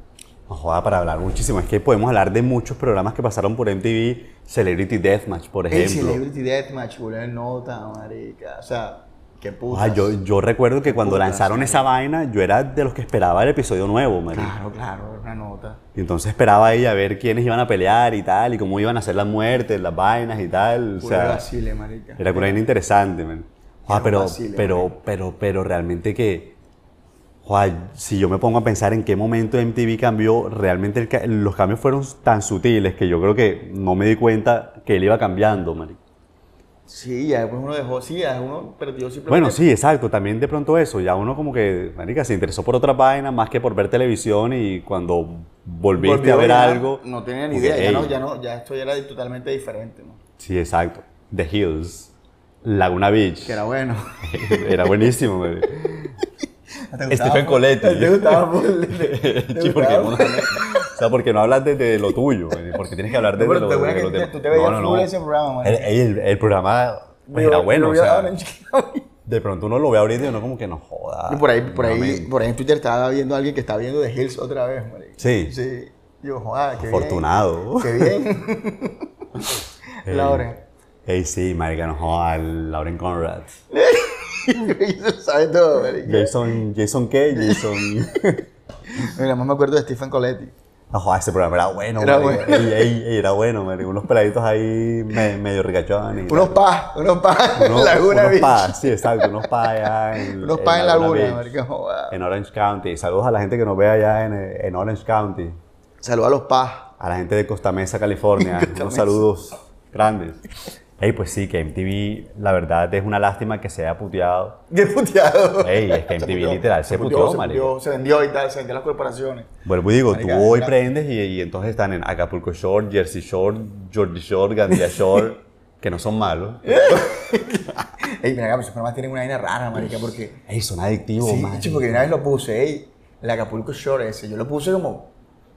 Speaker 2: No joda, para hablar muchísimo. Es que podemos hablar de muchos programas que pasaron por MTV, Celebrity Deathmatch, por
Speaker 1: El
Speaker 2: ejemplo.
Speaker 1: Celebrity Deathmatch, volver nota, marica. O sea, qué puta.
Speaker 2: Ah, yo, yo recuerdo que cuando
Speaker 1: putas,
Speaker 2: lanzaron
Speaker 1: marica.
Speaker 2: esa vaina, yo era de los que esperaba el episodio nuevo, marica.
Speaker 1: Claro, claro, una nota.
Speaker 2: Y entonces esperaba ahí a ver quiénes iban a pelear y tal, y cómo iban a hacer las muertes, las vainas y tal. O
Speaker 1: Puro
Speaker 2: sea,
Speaker 1: vacile, marica.
Speaker 2: era una vaina interesante, man.
Speaker 1: Era
Speaker 2: Ah,
Speaker 1: un
Speaker 2: pero,
Speaker 1: vacile,
Speaker 2: pero,
Speaker 1: marica.
Speaker 2: pero, pero realmente que... joda, si yo me pongo a pensar en qué momento MTV cambió, realmente el ca- los cambios fueron tan sutiles que yo creo que no me di cuenta que él iba cambiando, marica.
Speaker 1: Sí, ya después uno dejó, sí, ya uno perdió simplemente.
Speaker 2: Bueno, sí, exacto. También de pronto eso. Ya uno como que, marica, se interesó por otra página más que por ver televisión y cuando volviste
Speaker 1: volvió
Speaker 2: a ver
Speaker 1: ya,
Speaker 2: algo...
Speaker 1: No tenía ni
Speaker 2: como que,
Speaker 1: idea, ya
Speaker 2: "Ey".
Speaker 1: no, ya no, ya esto ya era totalmente diferente, ¿no?
Speaker 2: Sí, exacto. The Hills, Laguna Beach. <laughs>
Speaker 1: Que era bueno. <laughs>
Speaker 2: Era buenísimo, güey.
Speaker 1: ¿Te gustaba
Speaker 2: Stephen
Speaker 1: full?
Speaker 2: Coletti.
Speaker 1: ¿Te gustaba
Speaker 2: <laughs>
Speaker 1: full? ¿Te
Speaker 2: Sí, porque
Speaker 1: gustaba
Speaker 2: no, o
Speaker 1: full?
Speaker 2: sea, porque no hablas desde lo tuyo, güey, porque tienes que hablar
Speaker 1: No,
Speaker 2: desde
Speaker 1: pero
Speaker 2: lo
Speaker 1: te voy a
Speaker 2: de
Speaker 1: que
Speaker 2: los
Speaker 1: te-
Speaker 2: demás.
Speaker 1: tú te veías
Speaker 2: No, no,
Speaker 1: full
Speaker 2: no.
Speaker 1: ese programa, man.
Speaker 2: El, el- el programa pues,
Speaker 1: Yo-
Speaker 2: era
Speaker 1: yo
Speaker 2: bueno, o
Speaker 1: hubiera
Speaker 2: sea, Ah.
Speaker 1: dado en Chicago.
Speaker 2: de pronto uno lo ve ahorita y uno como que no joda.
Speaker 1: Yo por ahí, por ahí,
Speaker 2: nuevamente.
Speaker 1: por ahí en Twitter estaba viendo a alguien que está viendo The Hills otra vez, marico.
Speaker 2: Sí.
Speaker 1: Sí. Yo, joder, qué
Speaker 2: Afortunado.
Speaker 1: bien. Qué bien.
Speaker 2: <laughs> Ey.
Speaker 1: Lauren.
Speaker 2: Ey, sí, marica, no joda, el Lauren Conrad.
Speaker 1: Se lo <laughs> sabe todo, marico.
Speaker 2: Jason, ¿Jason qué?
Speaker 1: <laughs>
Speaker 2: Jason...
Speaker 1: Mira, más me acuerdo de Stephen Coletti.
Speaker 2: No joda, ese programa era bueno,
Speaker 1: Era
Speaker 2: marica.
Speaker 1: bueno.
Speaker 2: Ey, ey, ey, era bueno, marica. Unos peladitos ahí me- medio ricachones. y
Speaker 1: Unos
Speaker 2: tal.
Speaker 1: pa, unos pa
Speaker 2: Unos-
Speaker 1: en <laughs> Laguna
Speaker 2: unos
Speaker 1: Beach.
Speaker 2: pa, sí, exacto, unos pa allá en,
Speaker 1: unos pa en Laguna,
Speaker 2: Beach,
Speaker 1: marico, joda.
Speaker 2: en Orange County. Saludos a la gente que nos ve allá en, eh, en Orange County.
Speaker 1: Saludos a los pa.
Speaker 2: A la gente de Costa Mesa,
Speaker 1: <laughs>
Speaker 2: California.
Speaker 1: Costa
Speaker 2: Unos
Speaker 1: Mesa.
Speaker 2: saludos grandes. Ey, pues sí, que MTV, la verdad, es una lástima que se haya puteado.
Speaker 1: <laughs> Qué puteado.
Speaker 2: Ey, es que
Speaker 1: Se
Speaker 2: MTV
Speaker 1: puteó,
Speaker 2: literal, se puteó,
Speaker 1: se
Speaker 2: marica.
Speaker 1: se vendió y tal, se vendió a las corporaciones.
Speaker 2: Vuelvo y pues digo,
Speaker 1: Marica,
Speaker 2: tú hoy
Speaker 1: era-
Speaker 2: prendes y, y entonces están en Acapulco Shore, Jersey Shore, Georgia Shore, Gandía Shore, que no son malos.
Speaker 1: Ey, mira, acá, pero esos programas tienen una vaina rara, marica, porque...
Speaker 2: Ey, son adictivos,
Speaker 1: Sí,
Speaker 2: man. <laughs>
Speaker 1: chico, porque una vez lo puse, ey, el Acapulco Shore ese, yo lo puse como...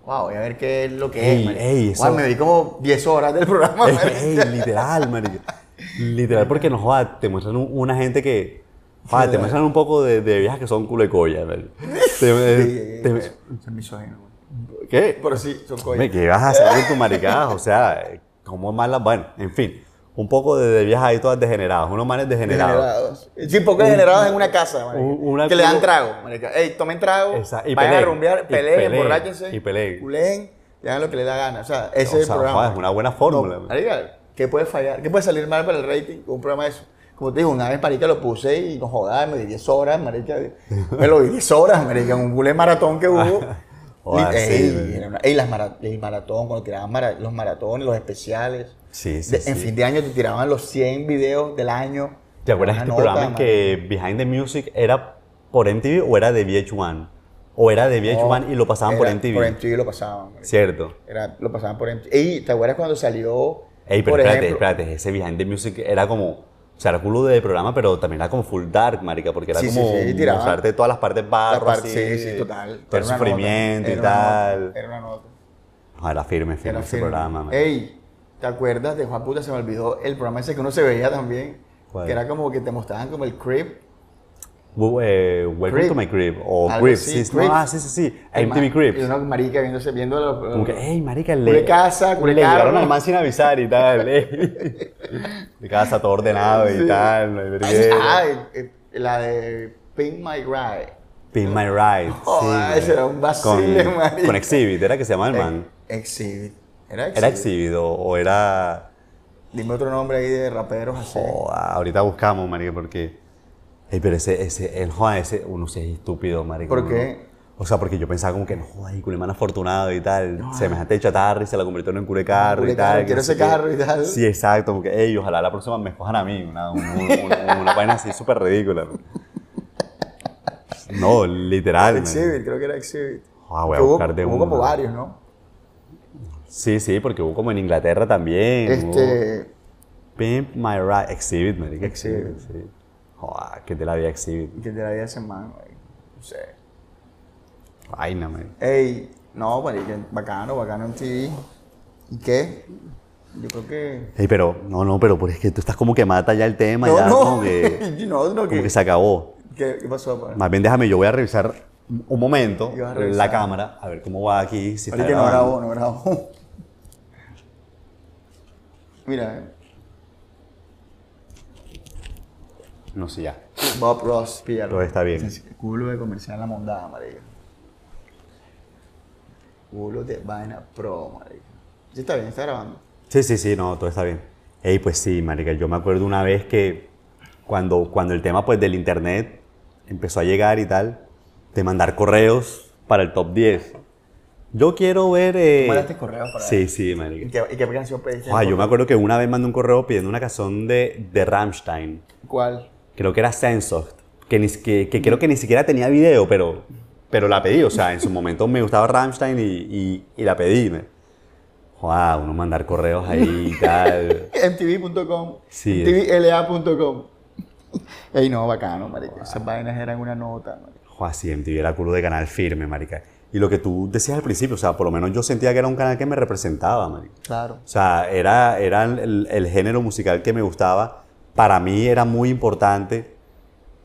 Speaker 1: Wow, voy a ver qué es lo que
Speaker 2: Ey,
Speaker 1: es, marica.
Speaker 2: ey,
Speaker 1: Guau,
Speaker 2: eso-
Speaker 1: me vi como 10 horas del programa,
Speaker 2: Ey,
Speaker 1: marica.
Speaker 2: ey, literal, marica. Literal, porque no joda, te muestran un- una gente que. joda, te muestran un poco de, de viejas que son culo de colla, marica. Te-
Speaker 1: Sí, ey, ey,
Speaker 2: te-
Speaker 1: son- son misóginos, güey.
Speaker 2: ¿Qué?
Speaker 1: Pero sí, son
Speaker 2: Hombre,
Speaker 1: coños.
Speaker 2: ¿Qué vas a hacer con tu maricada? O sea, como malas. Bueno, en fin, un poco de, de viejas ahí todas degeneradas, unos manes degenerados.
Speaker 1: Degenerados. Sí, porque degenerados en una casa, marica.
Speaker 2: un- una
Speaker 1: que le dan
Speaker 2: culo-
Speaker 1: trago, marica. Ey, tomen trago,
Speaker 2: Exacto, y
Speaker 1: vayan
Speaker 2: peleen,
Speaker 1: a rumbear,
Speaker 2: y
Speaker 1: peleen,
Speaker 2: peleen,
Speaker 1: emborráchense.
Speaker 2: y peleen.
Speaker 1: Culen, y hagan lo que les da gana. O sea, ese es
Speaker 2: o
Speaker 1: el
Speaker 2: sea,
Speaker 1: programa.
Speaker 2: joda, es una buena fórmula. marica.
Speaker 1: Marica, ¿qué puede fallar? ¿Qué puede salir mal para el rating con un programa de eso? Como te digo, una vez, marica, lo puse y no jodas, me di 10 horas,
Speaker 2: <laughs>
Speaker 1: marica. Me lo di 10 horas, marica, en un bule maratón que hubo.
Speaker 2: <laughs> Joder,
Speaker 1: Lit-
Speaker 2: sí,
Speaker 1: ey,
Speaker 2: marica.
Speaker 1: era una- ey, las mara- el maratón, cuando tiraban mara- los maratones, los especiales.
Speaker 2: Sí, sí,
Speaker 1: De-
Speaker 2: sí.
Speaker 1: En fin de año te tiraban los 100 videos del año.
Speaker 2: ¿Te acuerdas de
Speaker 1: Una
Speaker 2: este
Speaker 1: nota,
Speaker 2: programa en
Speaker 1: man.
Speaker 2: que Behind the Music era por MTV o era de VH1? O era de VH1
Speaker 1: No,
Speaker 2: y lo pasaban por
Speaker 1: era-
Speaker 2: MTV.
Speaker 1: Por MTV lo pasaban. marica.
Speaker 2: Cierto.
Speaker 1: Era- lo pasaban por MTV. Ey, ¿te acuerdas cuando salió?
Speaker 2: Ey, pero
Speaker 1: por
Speaker 2: espérate,
Speaker 1: ejemplo,
Speaker 2: espérate, ese Behind the Music era como, o sea, era culo de programa, pero también era como full dark, marica, porque era
Speaker 1: Sí, sí,
Speaker 2: como
Speaker 1: sí, tiraba.
Speaker 2: mostrarte todas las partes barro,
Speaker 1: La parte,
Speaker 2: así,
Speaker 1: sí, sí, total. Era
Speaker 2: todo
Speaker 1: una
Speaker 2: el
Speaker 1: nota,
Speaker 2: sufrimiento y
Speaker 1: era una nota,
Speaker 2: tal.
Speaker 1: Era una nota.
Speaker 2: No, era firme, firme
Speaker 1: Era
Speaker 2: ese
Speaker 1: firme.
Speaker 2: programa. man.
Speaker 1: Ey, ¿te acuerdas de Juan Puta? Se me olvidó el programa ese que uno se veía también.
Speaker 2: ¿Cuál?
Speaker 1: Que era como que te mostraban como el creep.
Speaker 2: Bu- eh, welcome
Speaker 1: Crib.
Speaker 2: to my crib, o
Speaker 1: Algo
Speaker 2: Crib,
Speaker 1: así,
Speaker 2: sí, sí,
Speaker 1: Crib.
Speaker 2: no, ah, sí, sí, sí,
Speaker 1: el
Speaker 2: MTV
Speaker 1: ma- Y
Speaker 2: Cribs.
Speaker 1: una marica viéndose, viendo los.
Speaker 2: Como que, ey, marica,
Speaker 1: Cule
Speaker 2: le,
Speaker 1: casa, cule
Speaker 2: le llegaron
Speaker 1: carro.
Speaker 2: al man sin avisar y tal, ey. <laughs> De casa todo ordenado y
Speaker 1: Sí.
Speaker 2: tal, no hay
Speaker 1: Ay,
Speaker 2: verguero.
Speaker 1: ah, eh, eh, la de Pink My Ride.
Speaker 2: Pin My Ride, sí,
Speaker 1: Joder,
Speaker 2: güey.
Speaker 1: ese era un vacile,
Speaker 2: con,
Speaker 1: marica. Eh,
Speaker 2: con Exhibit, era que se llamaba el man.
Speaker 1: Exhibit. Era Exhibit.
Speaker 2: ¿Era Exhibit o, o era...?
Speaker 1: Dime otro nombre ahí de raperos así.
Speaker 2: Joda, ahorita buscamos, marica, porque... Ey, pero ese, ese, el joda ese, uno sí es estúpido, marica.
Speaker 1: ¿Por
Speaker 2: uno-
Speaker 1: qué?
Speaker 2: O sea, porque yo pensaba como que, no, joda, y culemán afortunado y tal. Semejante chatarra y se la convirtió en un
Speaker 1: Ah,
Speaker 2: curecarro y
Speaker 1: Culecarro,
Speaker 2: tal. que
Speaker 1: quiero
Speaker 2: no sé
Speaker 1: ese
Speaker 2: qué.
Speaker 1: carro y tal.
Speaker 2: Sí, exacto, como que, ey, ojalá la próxima me cojan a mí. Una, un- un- un- una vaina así súper ridícula. No, literal. marica.
Speaker 1: Exhibit, creo que era Exhibit.
Speaker 2: Ah, voy a
Speaker 1: Que hubo-
Speaker 2: buscar de
Speaker 1: hubo como
Speaker 2: una.
Speaker 1: varios, ¿no?
Speaker 2: Sí, sí, porque hubo como en Inglaterra también. hubo-
Speaker 1: Este.
Speaker 2: Pimp My Ride. Exhibit, marica.
Speaker 1: Exhibit.
Speaker 2: sí. Joder, que te la vi Exhibit.
Speaker 1: Que te la vida ese man, güey. No sé.
Speaker 2: Vaina, marica.
Speaker 1: Ey, no, marica, bacano, bacano en TV. ¿Y qué? Yo creo que.
Speaker 2: Ey, pero, no, no, pero pues es que tú estás como que mata ya el tema, ya como que,
Speaker 1: <laughs> no, no,
Speaker 2: como
Speaker 1: que,
Speaker 2: que se acabó.
Speaker 1: ¿qué, qué pasó? pues? pa?
Speaker 2: Más bien déjame, yo voy a revisar un momento
Speaker 1: Y vas a
Speaker 2: la
Speaker 1: revisar.
Speaker 2: cámara, a ver cómo va aquí, si está
Speaker 1: Marica, no
Speaker 2: grabando.
Speaker 1: grabó, no grabó. <laughs> Mira, eh.
Speaker 2: No sé, ya.
Speaker 1: Bob Ross, píllalo.
Speaker 2: Todo está bien.
Speaker 1: Es culo de comercial la mondada, marica. Culo de vaina pro, marica. Sí, está bien, está grabando.
Speaker 2: Sí, sí, sí, no, todo está bien. Ey, pues sí, marica, yo me acuerdo una vez que cuando, cuando el tema pues del internet empezó a llegar y tal, de mandar correos para el top 10. Yo quiero ver... eh,
Speaker 1: mandaste correos para-
Speaker 2: Sí, sí,
Speaker 1: ¿Y
Speaker 2: marica.
Speaker 1: qué, y qué canción pediste?
Speaker 2: Ojo, yo me acuerdo que una vez mandé un correo pidiendo una canción de, de Rammstein.
Speaker 1: ¿Cuál?
Speaker 2: Creo que era Sensoft. Que, ni, si- que, que creo que ni siquiera tenía video, pero, pero la pedí. O sea, en su momento me gustaba Rammstein y, y, y la pedí. me- Joda, uno mandar correos ahí y tal.
Speaker 1: MTV.com.
Speaker 2: Sí,
Speaker 1: <laughs> MTVLA.com. Ey, no, bacano, marica. Esas vainas eran una nota, marica.
Speaker 2: Joder, sí, MTV era culo de canal firme, marica. Y lo que tú decías al principio, o sea, por lo menos yo sentía que era un canal que me representaba, marica.
Speaker 1: Claro.
Speaker 2: O sea, era, era el, el género musical que me gustaba. Para mí era muy importante,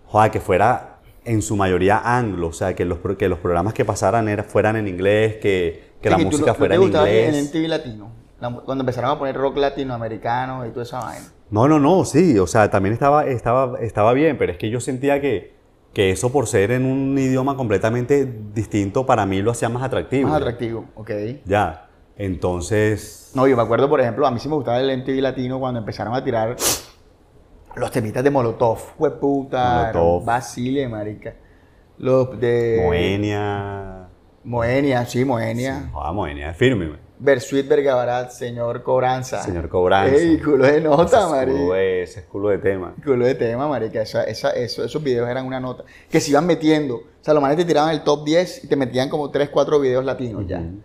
Speaker 2: joder, que fuera en su mayoría anglo, o sea, que los, pro- que los programas que pasaran era- fueran en inglés, que, que la
Speaker 1: Sí, tú
Speaker 2: música
Speaker 1: no- no
Speaker 2: fuera
Speaker 1: te
Speaker 2: en
Speaker 1: gustaba
Speaker 2: inglés.
Speaker 1: el MTV latino. La mu- cuando empezaron a poner rock latinoamericano y toda esa vaina.
Speaker 2: No, no, no, sí, o sea, también estaba, estaba, estaba bien, pero es que yo sentía que, que eso por ser en un idioma completamente distinto para mí lo hacía más atractivo.
Speaker 1: Más atractivo, ok.
Speaker 2: Ya, entonces,
Speaker 1: No, yo me acuerdo, por ejemplo, a mí sí me gustaba el MTV latino cuando empezaron a tirar los temitas de Molotov, hueputa,
Speaker 2: Molotov.
Speaker 1: Basile, marica. Los de...
Speaker 2: Moenia,
Speaker 1: Moenia, sí, Eh, Moenia.
Speaker 2: joda, Moenia es firme, güey.
Speaker 1: Bersuit Vergabarat, señor Cobranza.
Speaker 2: Señor Cobranza.
Speaker 1: Ey, culo de nota,
Speaker 2: Ese es culo
Speaker 1: marica.
Speaker 2: de- ese es culo de tema.
Speaker 1: Culo de tema, marica. Esa, esa- eso- esos videos eran una nota. Que se iban metiendo. O sea, los manes te tiraban el top 10 y te metían como 3, 4 videos latinos ya.
Speaker 2: Ujú.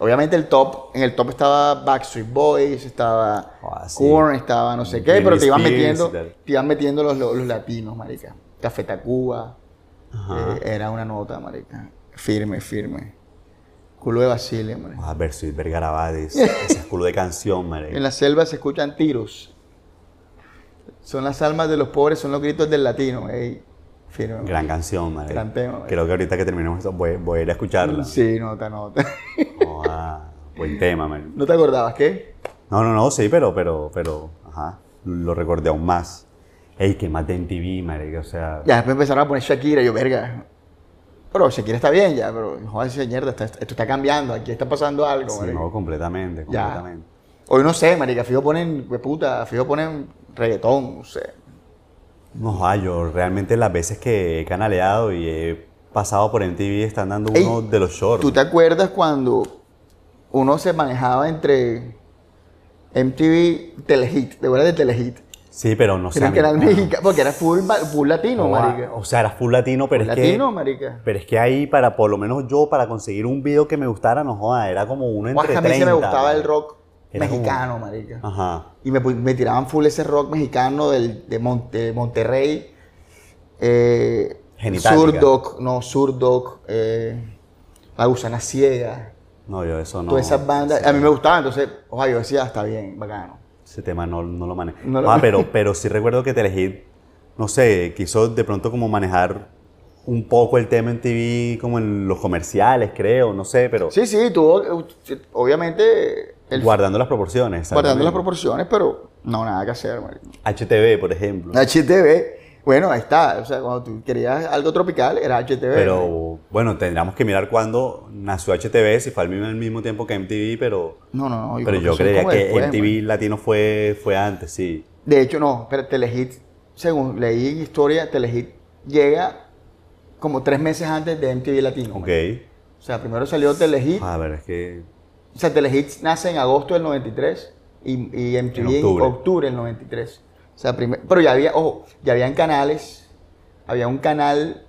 Speaker 1: Obviamente el top, en el top estaba Backstreet Boys, estaba
Speaker 2: Ah, sí.
Speaker 1: Korn, estaba no sé qué,
Speaker 2: Britney
Speaker 1: pero te iban
Speaker 2: Spears y
Speaker 1: metiendo,
Speaker 2: tal.
Speaker 1: te iban metiendo los, los, los latinos, marica. Café Tacuba,
Speaker 2: Ajá.
Speaker 1: eh, era una nota, marica. Firme, firme. Culo de Basile, marica.
Speaker 2: Ah,
Speaker 1: <laughs>
Speaker 2: Versus Vergarabades, ese es culo de canción,
Speaker 1: En
Speaker 2: marica.
Speaker 1: la selva se escuchan tiros. Son las almas de los pobres, son los gritos del latino. Ey, firme.
Speaker 2: Gran canción, marica.
Speaker 1: Gran tema, marica.
Speaker 2: Creo que ahorita que terminemos esto voy, voy a ir a escucharla.
Speaker 1: Sí, nota, nota. <laughs>
Speaker 2: Joda, buen tema, marica.
Speaker 1: ¿No te acordabas qué?
Speaker 2: No, no, no, sí, pero, pero, pero, ajá, lo recordé aún más. Ey, que más de MTV, marica, o sea,
Speaker 1: Ya después empezaron a poner Shakira, yo, verga. Pero Shakira está bien ya, pero joder, esa mierda, está- esto está cambiando, aquí está pasando algo,
Speaker 2: sí,
Speaker 1: marica.
Speaker 2: no, completamente,
Speaker 1: Ya.
Speaker 2: completamente.
Speaker 1: Hoy no sé, marica, fijo ponen, pues, puta, fijo ponen reggaetón, no sé.
Speaker 2: No, joda, yo realmente las veces que he canaleado y he pasado por MTV están dando
Speaker 1: Ey,
Speaker 2: uno de los shorts.
Speaker 1: ¿Tú te acuerdas cuando uno se manejaba entre MTV Telehit? ¿Te acuerdas de Telehit?
Speaker 2: Sí, pero no sé.
Speaker 1: Creo
Speaker 2: a
Speaker 1: que
Speaker 2: mí-
Speaker 1: era el
Speaker 2: ah,
Speaker 1: mexicano, porque era full, ba- full latino,
Speaker 2: joda,
Speaker 1: marica.
Speaker 2: O sea, era full latino, pero
Speaker 1: Full
Speaker 2: es que...
Speaker 1: latino, marica.
Speaker 2: Pero es que ahí, para por lo menos yo, para conseguir un video que me gustara, no joda, era como uno
Speaker 1: Guau,
Speaker 2: entre
Speaker 1: que a mí se me
Speaker 2: 30,
Speaker 1: gustaba el
Speaker 2: marica.
Speaker 1: rock
Speaker 2: eh, Era como- Ah.
Speaker 1: mexicano, marica.
Speaker 2: Ajá.
Speaker 1: Y me, pu- me tiraban full ese rock mexicano del, de, Mon- de Monterrey. Eh,
Speaker 2: Genitalica.
Speaker 1: Surdoc, no, Surdoc, eh, La Gusana Ciega.
Speaker 2: No, yo eso no.
Speaker 1: Todas esas bandas.
Speaker 2: ese
Speaker 1: A mí me
Speaker 2: tema-
Speaker 1: gustaban, entonces, ojalá yo decía, "Ah, está bien, bacano.
Speaker 2: Ese tema no, no lo manejo.
Speaker 1: No lo-
Speaker 2: Ah,
Speaker 1: <laughs>
Speaker 2: pero, pero sí recuerdo que Telehit, no sé, quiso de pronto como manejar un poco el tema en TV, como en los comerciales, creo, no sé, pero
Speaker 1: Sí, sí, tuvo, eh, obviamente, el,
Speaker 2: guardando las proporciones. ¿sabes?
Speaker 1: guardando las proporciones, pero no, nada que hacer, marica.
Speaker 2: HTV, por ejemplo.
Speaker 1: HTV, bueno, ahí está. O sea, cuando tú querías algo tropical, era HTV. ¿no?
Speaker 2: Pero bueno, tendríamos que mirar cuándo nació HTV, si fue al mismo, al mismo tiempo que MTV, pero,
Speaker 1: No, no, no.
Speaker 2: pero
Speaker 1: creo
Speaker 2: yo
Speaker 1: eso es
Speaker 2: creía
Speaker 1: como
Speaker 2: que
Speaker 1: después,
Speaker 2: MTV
Speaker 1: man.
Speaker 2: latino fue, fue antes, sí.
Speaker 1: De hecho, no, pero Telehit, según leí historia, Telehit llega como tres meses antes de MTV Latino.
Speaker 2: Ok. Ah.
Speaker 1: man. O sea, primero salió Telehit.
Speaker 2: A ver, es que
Speaker 1: O sea, Telehit nace en agosto del 93 y, y MTV en
Speaker 2: En octubre.
Speaker 1: octubre. del 93. O sea, primer- pero ya había, ojo, ya habían canales. Había un canal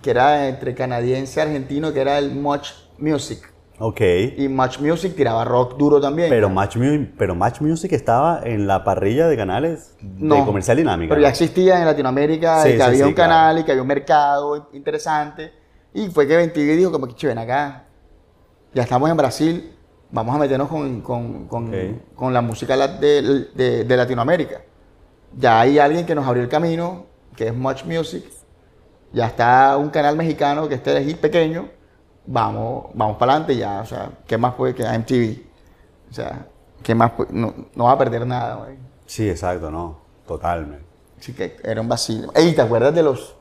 Speaker 1: que era entre canadiense y argentino que era el Much Music.
Speaker 2: Ok.
Speaker 1: Y Match Music tiraba rock duro también.
Speaker 2: Pero
Speaker 1: ¿no?
Speaker 2: Match, Mu- pero Match Music estaba en la parrilla de canales de
Speaker 1: No,
Speaker 2: comercial dinámica.
Speaker 1: Pero ya existía en Latinoamérica,
Speaker 2: Sí,
Speaker 1: y que
Speaker 2: sí,
Speaker 1: había
Speaker 2: sí,
Speaker 1: un
Speaker 2: claro.
Speaker 1: canal y que había un mercado interesante. Y fue que 20 dijo como que, che, ven acá, ya estamos en Brasil, vamos a meternos con, con- con-
Speaker 2: Ok.
Speaker 1: con la música la- de, de- de Latinoamérica. Ya hay alguien que nos abrió el camino, que es Much Music. Ya está un canal mexicano que este es pequeño. Vamos, vamos para adelante ya. O sea, ¿qué más puede que MTV? O sea, ¿qué más puede? No, no va a perder nada, güey.
Speaker 2: Sí, exacto, no. Totalmente.
Speaker 1: Sí, que era un vacío. Ey, ¿te acuerdas de los,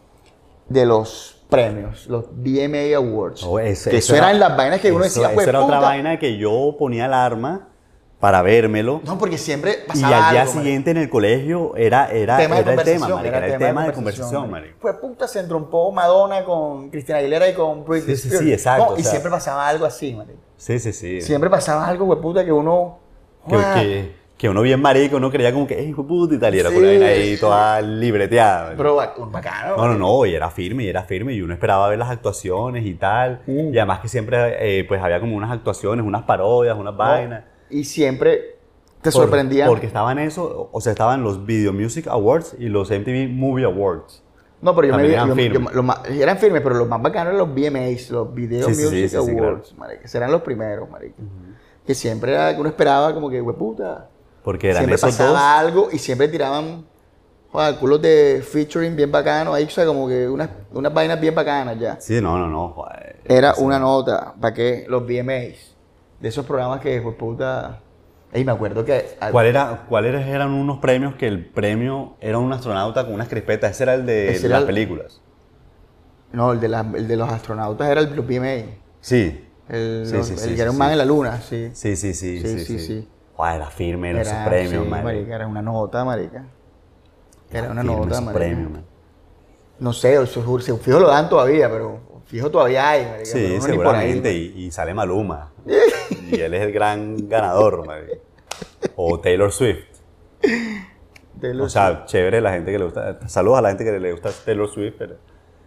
Speaker 1: de los premios? Los BMA Awards.
Speaker 2: No, Oh, ese-
Speaker 1: que
Speaker 2: eso
Speaker 1: eso
Speaker 2: era-
Speaker 1: eran las vainas que uno
Speaker 2: eso,
Speaker 1: decía,
Speaker 2: eso
Speaker 1: pues,
Speaker 2: era otra
Speaker 1: puta".
Speaker 2: vaina que yo ponía alarma para vérmelo.
Speaker 1: No, porque siempre
Speaker 2: y
Speaker 1: pasaba
Speaker 2: al día
Speaker 1: algo, marico.
Speaker 2: siguiente en el colegio era, era, era el tema, marica, era el tema de conversación,
Speaker 1: marico.
Speaker 2: marico.
Speaker 1: Pues puta, se entrompó Madonna con Cristina Aguilera y con Britney
Speaker 2: Sí, sí, sí,
Speaker 1: Spears.
Speaker 2: exacto,
Speaker 1: No,
Speaker 2: o
Speaker 1: y
Speaker 2: sea-
Speaker 1: siempre pasaba algo así, marico.
Speaker 2: Sí, sí, sí.
Speaker 1: Siempre pasaba algo, hueputa, que uno...
Speaker 2: Que,
Speaker 1: ¡guau!
Speaker 2: que- que uno bien marico, uno creía como que, ey, hijo de puta, y tal, y era
Speaker 1: Sí,
Speaker 2: con la vaina ahí
Speaker 1: sí.
Speaker 2: toda libreteada. marico.
Speaker 1: Pero ba- bacano.
Speaker 2: No, no, no, y era firme, y era firme, y uno esperaba ver las actuaciones y tal.
Speaker 1: Mm.
Speaker 2: Y además que siempre eh, pues había como unas actuaciones, unas parodias, unas vainas.
Speaker 1: Y siempre te
Speaker 2: Por-
Speaker 1: sorprendía.
Speaker 2: Porque estaban eso, o sea, estaban los Video Music Awards y los MTV Movie Awards.
Speaker 1: No, pero yo me
Speaker 2: También
Speaker 1: vi.
Speaker 2: eran
Speaker 1: yo- yo-
Speaker 2: firmes.
Speaker 1: los más- eran firmes, pero los más bacanos eran los BMAs, los Video
Speaker 2: Sí, sí, sí,
Speaker 1: Music
Speaker 2: sí, sí,
Speaker 1: Awards, marica. Serán los primeros, marica. Que siempre era que uno esperaba, como que, hueputa.
Speaker 2: Porque eran
Speaker 1: siempre
Speaker 2: esos
Speaker 1: pasaba
Speaker 2: dos.
Speaker 1: algo y siempre tiraban joder, culos de featuring bien bacanos. Ahí, o sea, como que unas, unas vainas bien bacanas ya.
Speaker 2: Sí, no, no, no. joder. Pues,
Speaker 1: Era una nota, ¿para qué? Los BMAs. De esos programas que, hueputa. Ey, me acuerdo que. al-
Speaker 2: ¿Cuál era, ¿Cuáles eran unos premios que el premio era un astronauta con unas crispetas? Ese era el de
Speaker 1: Ese era
Speaker 2: las
Speaker 1: el-
Speaker 2: películas.
Speaker 1: No, el de, las- el de los astronautas era el los BMAs.
Speaker 2: Sí.
Speaker 1: El,
Speaker 2: Sí,
Speaker 1: los-
Speaker 2: sí,
Speaker 1: el
Speaker 2: sí,
Speaker 1: que
Speaker 2: sí,
Speaker 1: era un
Speaker 2: sí.
Speaker 1: man en la luna, sí.
Speaker 2: Sí, sí, sí.
Speaker 1: Sí,
Speaker 2: Sí,
Speaker 1: sí,
Speaker 2: sí.
Speaker 1: sí.
Speaker 2: Joder, era firme, eran esos
Speaker 1: Era-
Speaker 2: premios,
Speaker 1: sí,
Speaker 2: man.
Speaker 1: marica, era una nota, marica. Era una
Speaker 2: Firme
Speaker 1: nota,
Speaker 2: esos
Speaker 1: marica.
Speaker 2: premios, man.
Speaker 1: No sé, o sea, se- fijo lo dan todavía, pero fijo todavía hay, marica. pero uno
Speaker 2: Sí,
Speaker 1: ni por ahí,
Speaker 2: seguramente. Y, y
Speaker 1: <laughs>
Speaker 2: sale Maluma. y él es el gran ganador, marica. O Taylor Swift.
Speaker 1: man, de
Speaker 2: O
Speaker 1: los-
Speaker 2: sea, chévere la gente que le gusta. Saludos a la gente que le gusta Taylor Swift, pero.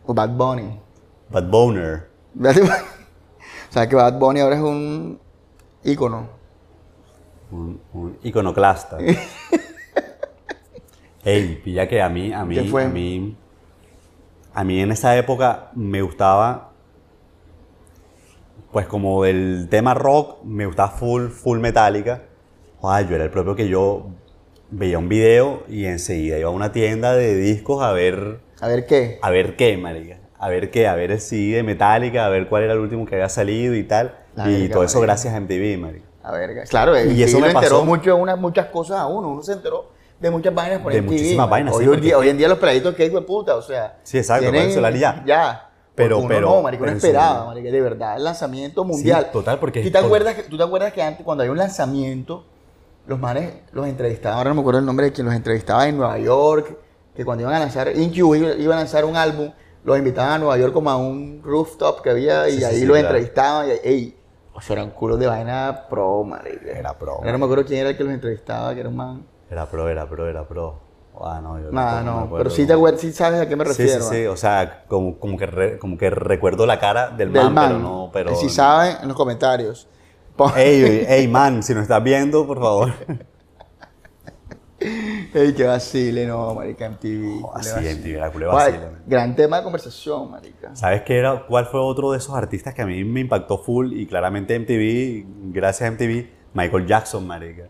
Speaker 1: o Bad Bunny. <laughs>
Speaker 2: But Boner.
Speaker 1: o sea, que Bad Bunny ahora es un ícono.
Speaker 2: Un, un
Speaker 1: <laughs>
Speaker 2: iconoclasta. Ey, pilla que a mí, a mí,
Speaker 1: ¿Qué fue?
Speaker 2: a mí, a mí en esa época me gustaba, pues como el tema rock, me gustaba full, full metálica. Joder, yo era el propio que yo veía un video y enseguida iba a una tienda de discos a ver,
Speaker 1: A ver qué.
Speaker 2: a ver qué, marica. A ver qué, a ver el CD de Metallica, a ver cuál era el último que había salido y tal.
Speaker 1: La
Speaker 2: y
Speaker 1: verga,
Speaker 2: todo eso
Speaker 1: marica.
Speaker 2: gracias a MTV, marica.
Speaker 1: A ver, claro, y
Speaker 2: eso me
Speaker 1: enteró
Speaker 2: pasó.
Speaker 1: mucho unas muchas cosas a uno. Uno se enteró de muchas vainas por
Speaker 2: De
Speaker 1: MTV,
Speaker 2: muchísimas
Speaker 1: marica.
Speaker 2: vainas, sí,
Speaker 1: Hoy, en
Speaker 2: porque-
Speaker 1: día, hoy en día los peladitos que hijo de puta, o sea.
Speaker 2: Sí, exacto, con el celular y ya.
Speaker 1: Ya.
Speaker 2: Pero-
Speaker 1: Porque uno
Speaker 2: pero-
Speaker 1: No, marica, uno
Speaker 2: pero en
Speaker 1: esperaba,
Speaker 2: serio.
Speaker 1: marica, de verdad, el lanzamiento mundial.
Speaker 2: total, porque-
Speaker 1: ¿Tú te,
Speaker 2: porque-
Speaker 1: acuerdas que, ¿Tú te acuerdas que antes, cuando había un lanzamiento, los manes los entrevistaban, ahora no me acuerdo el nombre de quien los entrevistaba en Nueva York, que cuando iban a lanzar, InQ iba iba a lanzar un álbum, los invitaban a Nueva York como a un rooftop que había y
Speaker 2: Sí, sí,
Speaker 1: ahí
Speaker 2: sí,
Speaker 1: los
Speaker 2: claro.
Speaker 1: entrevistaban y ahí, ey, o sea, eran culos de vaina pro, marica.
Speaker 2: Era pro,
Speaker 1: Ahora no me acuerdo quién era el que los entrevistaba, que era un man.
Speaker 2: Era pro, era pro, era pro. Ah, no, yo
Speaker 1: Nada,
Speaker 2: tampoco me
Speaker 1: no,
Speaker 2: acuerdo
Speaker 1: pero sí, te
Speaker 2: cómo-
Speaker 1: acuer- sí sabes a qué me
Speaker 2: Sí,
Speaker 1: refiero. ¿eh?
Speaker 2: sí, sí, o sea, como, como, que, re- como que recuerdo la cara del,
Speaker 1: Del man.
Speaker 2: man, pero no, Eh. pero...
Speaker 1: si saben, en los comentarios. Pon-
Speaker 2: Ey, ey, man, si nos estás viendo, por favor.
Speaker 1: <laughs>
Speaker 2: <laughs>
Speaker 1: Ey, qué vacile, no, marica, MTV.
Speaker 2: No,
Speaker 1: le
Speaker 2: así,
Speaker 1: vacile.
Speaker 2: MTV, la culé
Speaker 1: Guay,
Speaker 2: vacile, man.
Speaker 1: Gran tema de conversación, marica.
Speaker 2: ¿Sabes qué era? ¿Cuál fue otro de esos artistas que a mí me impactó full? Y claramente MTV, gracias a MTV, Michael Jackson, marica.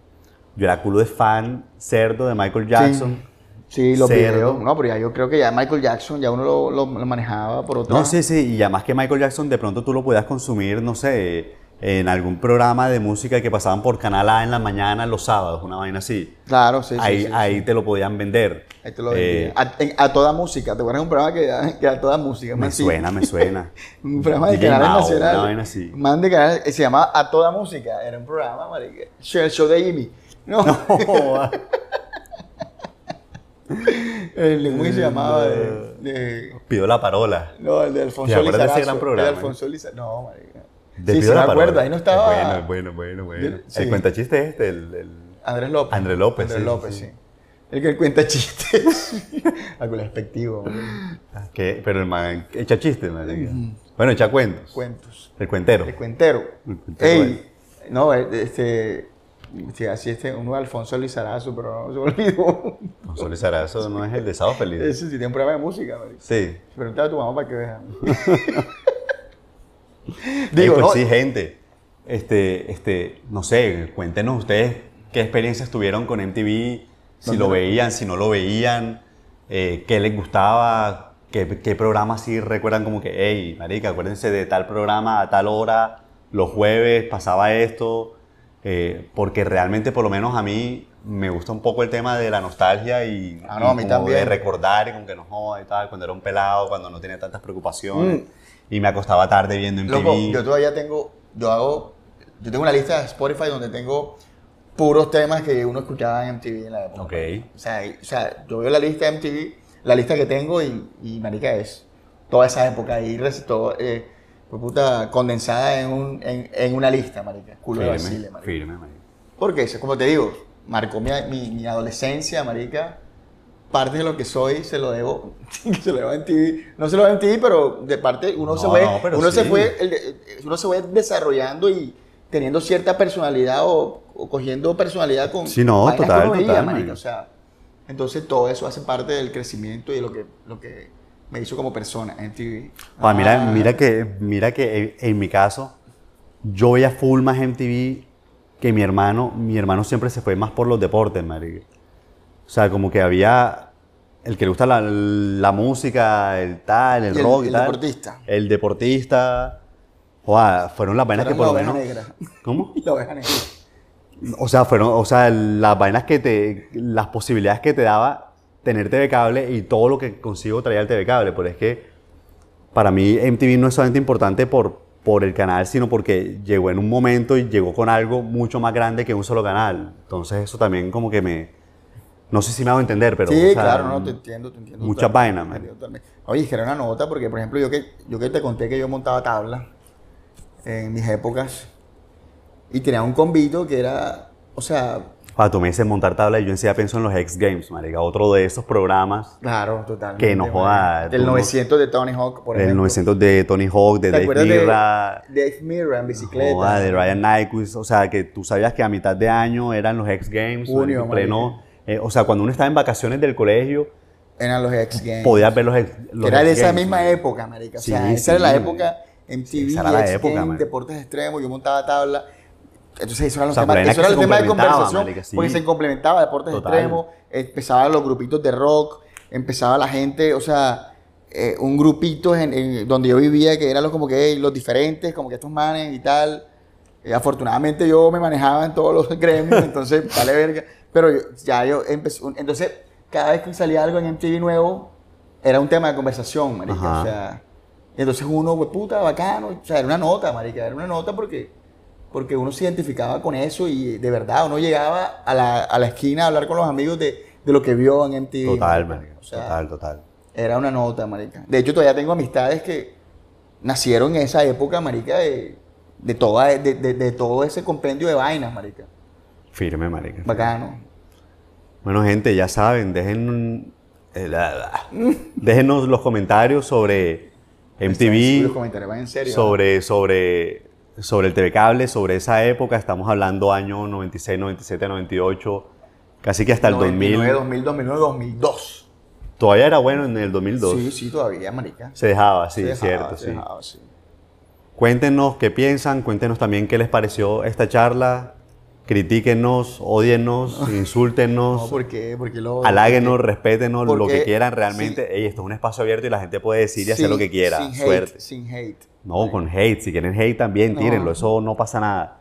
Speaker 2: Yo era culo de fan cerdo de Michael Jackson.
Speaker 1: Sí, los
Speaker 2: Cerdo.
Speaker 1: videos. No, pero ya yo creo que ya Michael Jackson, ya uno lo, lo- lo manejaba por otra.
Speaker 2: No, sí, sí, y además que Michael Jackson de pronto tú lo podías consumir, no sé, en algún programa de música que pasaban por Canal A en la mañana, los sábados, una vaina así.
Speaker 1: Claro, sí, sí,
Speaker 2: ahí
Speaker 1: sí, sí.
Speaker 2: ahí te lo podían vender.
Speaker 1: Ahí te lo
Speaker 2: Eh,
Speaker 1: vendía. a, en- a toda música, ¿te acuerdas de un programa que, que a toda música?
Speaker 2: me
Speaker 1: man, sí.
Speaker 2: suena, me suena.
Speaker 1: <laughs> Un programa de
Speaker 2: DJ
Speaker 1: canales
Speaker 2: Mao,
Speaker 1: nacionales.
Speaker 2: una vaina así.
Speaker 1: Man de canales, eh, se llamaba A Toda Música. Era un programa, marica. Sh- El show de Jimmy. No, <laughs>
Speaker 2: Joda.
Speaker 1: el, ¿cómo que se llamaba? De, de-
Speaker 2: Pido la parola.
Speaker 1: no, el de Alfonso
Speaker 2: ¿Te acuerdas de ese
Speaker 1: Lizarazo.
Speaker 2: gran programa? eh?
Speaker 1: El de Alfonso Lizarazo. No, marica.
Speaker 2: De
Speaker 1: sí,
Speaker 2: Pido
Speaker 1: sí, me
Speaker 2: la Parola.
Speaker 1: acuerdo. Ahí no estaba
Speaker 2: Bueno, bueno, bueno, bueno.
Speaker 1: Yo- sí.
Speaker 2: El cuentachiste es este, el, el-
Speaker 1: Andrés López.
Speaker 2: Andrés López,
Speaker 1: Andrés
Speaker 2: sí,
Speaker 1: López, sí.
Speaker 2: sí, sí.
Speaker 1: El que cuenta chistes. <laughs> Algo despectivo, marica.
Speaker 2: que- ah, pero el man echa chistes, marica. Bueno, echa cuentos.
Speaker 1: Cuentos.
Speaker 2: el cuentero.
Speaker 1: El cuentero.
Speaker 2: El cuentero,
Speaker 1: Ey, no, eh, este, sí, así este, uno de Alfonso Lizarazo, pero no se me
Speaker 2: <laughs>
Speaker 1: olvidó.
Speaker 2: Consuelo Sarazo no es el de Sábado Feliz.
Speaker 1: Ese sí tiene un programa de música, marica.
Speaker 2: Sí.
Speaker 1: Pregúntale a tu mamá para que
Speaker 2: <laughs>
Speaker 1: vea.
Speaker 2: Ey,
Speaker 1: <laughs> Digo,
Speaker 2: pues
Speaker 1: no,
Speaker 2: sí, gente. Este, este, no sé, cuéntenos ustedes qué experiencias tuvieron con MTV, si lo veían, si no lo veían, eh, qué les gustaba, qué, qué programas sí recuerdan como que, hey, marica, acuérdense de tal programa a tal hora, los jueves pasaba esto, eh, porque realmente por lo menos a mí me gusta un poco el tema de la nostalgia y,
Speaker 1: Ah, no, a mí
Speaker 2: y como de
Speaker 1: también.
Speaker 2: recordar y como que no joda y tal, cuando era un pelado, cuando no tenía tantas preocupaciones.
Speaker 1: Mm.
Speaker 2: Y me acostaba tarde viendo MTV.
Speaker 1: loco, yo todavía tengo, yo hago, yo tengo una lista de Spotify donde tengo puros temas que uno escuchaba en MTV en la época.
Speaker 2: Ok.
Speaker 1: O sea, y- o sea, yo veo la lista de MTV, la lista que tengo y, y marica es toda esa época ahí recitó, eh, fue puta, condensada en, un, en, en una lista, marica. Culo de vacile, marica.
Speaker 2: firme, marica.
Speaker 1: Porque eso, como te digo, marcó mi, mi- mi adolescencia, marica. Parte de lo que soy se lo debo, <laughs> se lo debo a MTV. No se lo debo a MTV, pero de parte uno
Speaker 2: No,
Speaker 1: se fue,
Speaker 2: no, pero
Speaker 1: uno se
Speaker 2: sí.
Speaker 1: fue, el de- uno se fue desarrollando y teniendo cierta personalidad o, o cogiendo personalidad con
Speaker 2: Sí, no,
Speaker 1: vainas que
Speaker 2: total,
Speaker 1: uno veía,
Speaker 2: total,
Speaker 1: marica.
Speaker 2: marica.
Speaker 1: O sea, entonces todo eso hace parte del crecimiento y de lo que, lo que me hizo como persona en TV.
Speaker 2: Pa,
Speaker 1: Ah,
Speaker 2: mira, mira que, mira que eh, en, en mi caso, yo veía full más MTV que mi hermano. Mi hermano siempre se fue más por los deportes, marica. O sea, como que había el que le gusta la, la música, el tal, el
Speaker 1: Y el-
Speaker 2: rock y
Speaker 1: el
Speaker 2: tal.
Speaker 1: deportista.
Speaker 2: El deportista. Joda, fueron las vainas
Speaker 1: Fueron
Speaker 2: que por lo
Speaker 1: la
Speaker 2: menos.
Speaker 1: oveja negra. <laughs>
Speaker 2: ¿Cómo?
Speaker 1: La oveja negra.
Speaker 2: O sea, fueron, o sea, las vainas que te, las posibilidades que te daba tener TV cable y todo lo que consigo traía el TV cable, pero es que para mí MTV no es solamente importante por, por el canal, sino porque llegó en un momento y llegó con algo mucho más grande que un solo canal. Entonces eso también como que me, no sé si me hago entender, pero
Speaker 1: sí,
Speaker 2: o sea,
Speaker 1: claro, no, te entiendo, te entiendo.
Speaker 2: muchas
Speaker 1: totalmente,
Speaker 2: vainas,
Speaker 1: te entiendo totalmente. Oye, es que era una nota porque, por ejemplo, yo que, yo que te conté que yo montaba tabla en mis épocas y tenía un convito que era, o sea,
Speaker 2: Ah, tú me dices montar tabla y yo enseguida pienso en los X Games, marica, otro de esos programas
Speaker 1: claro, total.
Speaker 2: Que no joda,
Speaker 1: Del
Speaker 2: tú no-
Speaker 1: 900 de Tony Hawk, por
Speaker 2: del
Speaker 1: ejemplo.
Speaker 2: 900 de Tony Hawk, de
Speaker 1: ¿Te
Speaker 2: Dave
Speaker 1: acuerdas de
Speaker 2: Mirra.
Speaker 1: Dave Mirra en bicicleta?
Speaker 2: Joda, de Ryan Nyquist, o sea, que tú sabías que a mitad de año eran los X Games, o
Speaker 1: Junio,
Speaker 2: en pleno, eh, o sea, cuando uno estaba en vacaciones del colegio,
Speaker 1: Eran los X Games.
Speaker 2: podías ver los X los
Speaker 1: Que era
Speaker 2: X
Speaker 1: de esa
Speaker 2: Games,
Speaker 1: misma
Speaker 2: man.
Speaker 1: época, marica. O sea,
Speaker 2: Sí,
Speaker 1: esa era la
Speaker 2: sí.
Speaker 1: época en TV,
Speaker 2: esa era la
Speaker 1: X
Speaker 2: época,
Speaker 1: Games,
Speaker 2: marica.
Speaker 1: deportes extremos, yo montaba tabla. Entonces, eso era los
Speaker 2: sea,
Speaker 1: temas,
Speaker 2: pero era
Speaker 1: eso
Speaker 2: que
Speaker 1: era
Speaker 2: se
Speaker 1: el tema de
Speaker 2: complementaba,
Speaker 1: conversación,
Speaker 2: marica, sí.
Speaker 1: porque se complementaba deportes
Speaker 2: Total.
Speaker 1: extremos, empezaban los grupitos de rock, empezaba la gente, o sea, eh, un grupito en, en donde yo vivía que eran los como que "Ey, los diferentes, como que estos manes y tal. Eh, afortunadamente yo me manejaba en todos los <laughs> gremios, entonces vale verga. Pero yo- ya yo empecé, un- entonces cada vez que salía algo en MTV nuevo, era un tema de conversación, marica.
Speaker 2: Ajá.
Speaker 1: O sea, y entonces uno, pues puta, bacano, o sea, era una nota, marica, era una nota porque, porque uno se identificaba con eso y de verdad uno llegaba a la, a la esquina a hablar con los amigos de, de lo que vio en MTV.
Speaker 2: Total,
Speaker 1: marica.
Speaker 2: marica,
Speaker 1: O sea,
Speaker 2: total, total.
Speaker 1: era una nota, marica. De hecho, todavía tengo amistades que nacieron en esa época, marica, de, de, toda, de, de- de todo ese compendio de vainas, marica.
Speaker 2: Firme, marica.
Speaker 1: Bacano.
Speaker 2: Bueno, gente, ya saben, dejen, eh, la- la- déjenos los comentarios sobre
Speaker 1: Sí, Los
Speaker 2: MTV,
Speaker 1: comentarios van en serio.
Speaker 2: sobre, sobre, sobre el TV Cable, sobre esa época, estamos hablando año 96, 97, 98, casi que hasta el
Speaker 1: 99, 2000,
Speaker 2: 2000.
Speaker 1: 2009, 2002.
Speaker 2: Todavía era bueno en el 2002.
Speaker 1: Sí, sí, todavía, marica.
Speaker 2: Se dejaba, sí,
Speaker 1: Se dejaba,
Speaker 2: cierto,
Speaker 1: se
Speaker 2: sí.
Speaker 1: dejaba, sí.
Speaker 2: Cuéntenos qué piensan, cuéntenos también qué les pareció esta charla. Critíquenos,
Speaker 1: <laughs>
Speaker 2: odiennos,
Speaker 1: No,
Speaker 2: insúltenos,
Speaker 1: ¿por qué? Porque lo...
Speaker 2: haláguenos, respétenos, lo
Speaker 1: porque-
Speaker 2: que quieran realmente. Ey, esto es un espacio abierto y la gente puede decir y hacer lo que quiera.
Speaker 1: Sin hate,
Speaker 2: Suerte.
Speaker 1: sin hate.
Speaker 2: No, con hate, si quieren hate también,
Speaker 1: No.
Speaker 2: tírenlo, eso no pasa nada.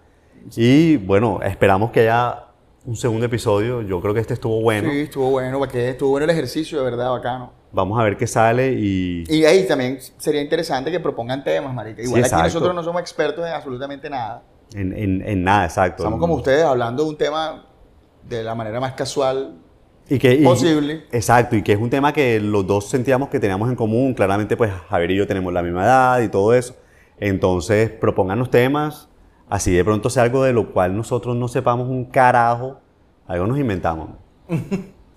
Speaker 2: Y bueno, esperamos que haya un segundo episodio. Yo creo que este estuvo bueno.
Speaker 1: Sí, estuvo bueno, ¿para qué? Estuvo bueno el ejercicio, de verdad, bacano.
Speaker 2: Vamos a ver qué sale y.
Speaker 1: Y ahí también sería interesante que propongan temas, marica. Igual
Speaker 2: Sí,
Speaker 1: aquí
Speaker 2: exacto.
Speaker 1: nosotros no somos expertos en absolutamente nada.
Speaker 2: En, en- en nada, exacto.
Speaker 1: Estamos como ustedes hablando de un tema de la manera más casual.
Speaker 2: Y que, y-
Speaker 1: Posible.
Speaker 2: Exacto, y que es un tema que los dos sentíamos que teníamos en común. Claramente, pues Javier y yo tenemos la misma edad y todo eso. Entonces, propónganos temas, así de pronto sea algo de lo cual nosotros no sepamos un carajo, algo
Speaker 1: <laughs>
Speaker 2: nos inventamos.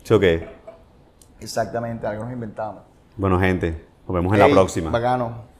Speaker 2: ¿Sí o qué?
Speaker 1: Exactamente, algo nos inventamos.
Speaker 2: Bueno, gente, nos vemos en la
Speaker 1: Ey,
Speaker 2: próxima.
Speaker 1: Bacano.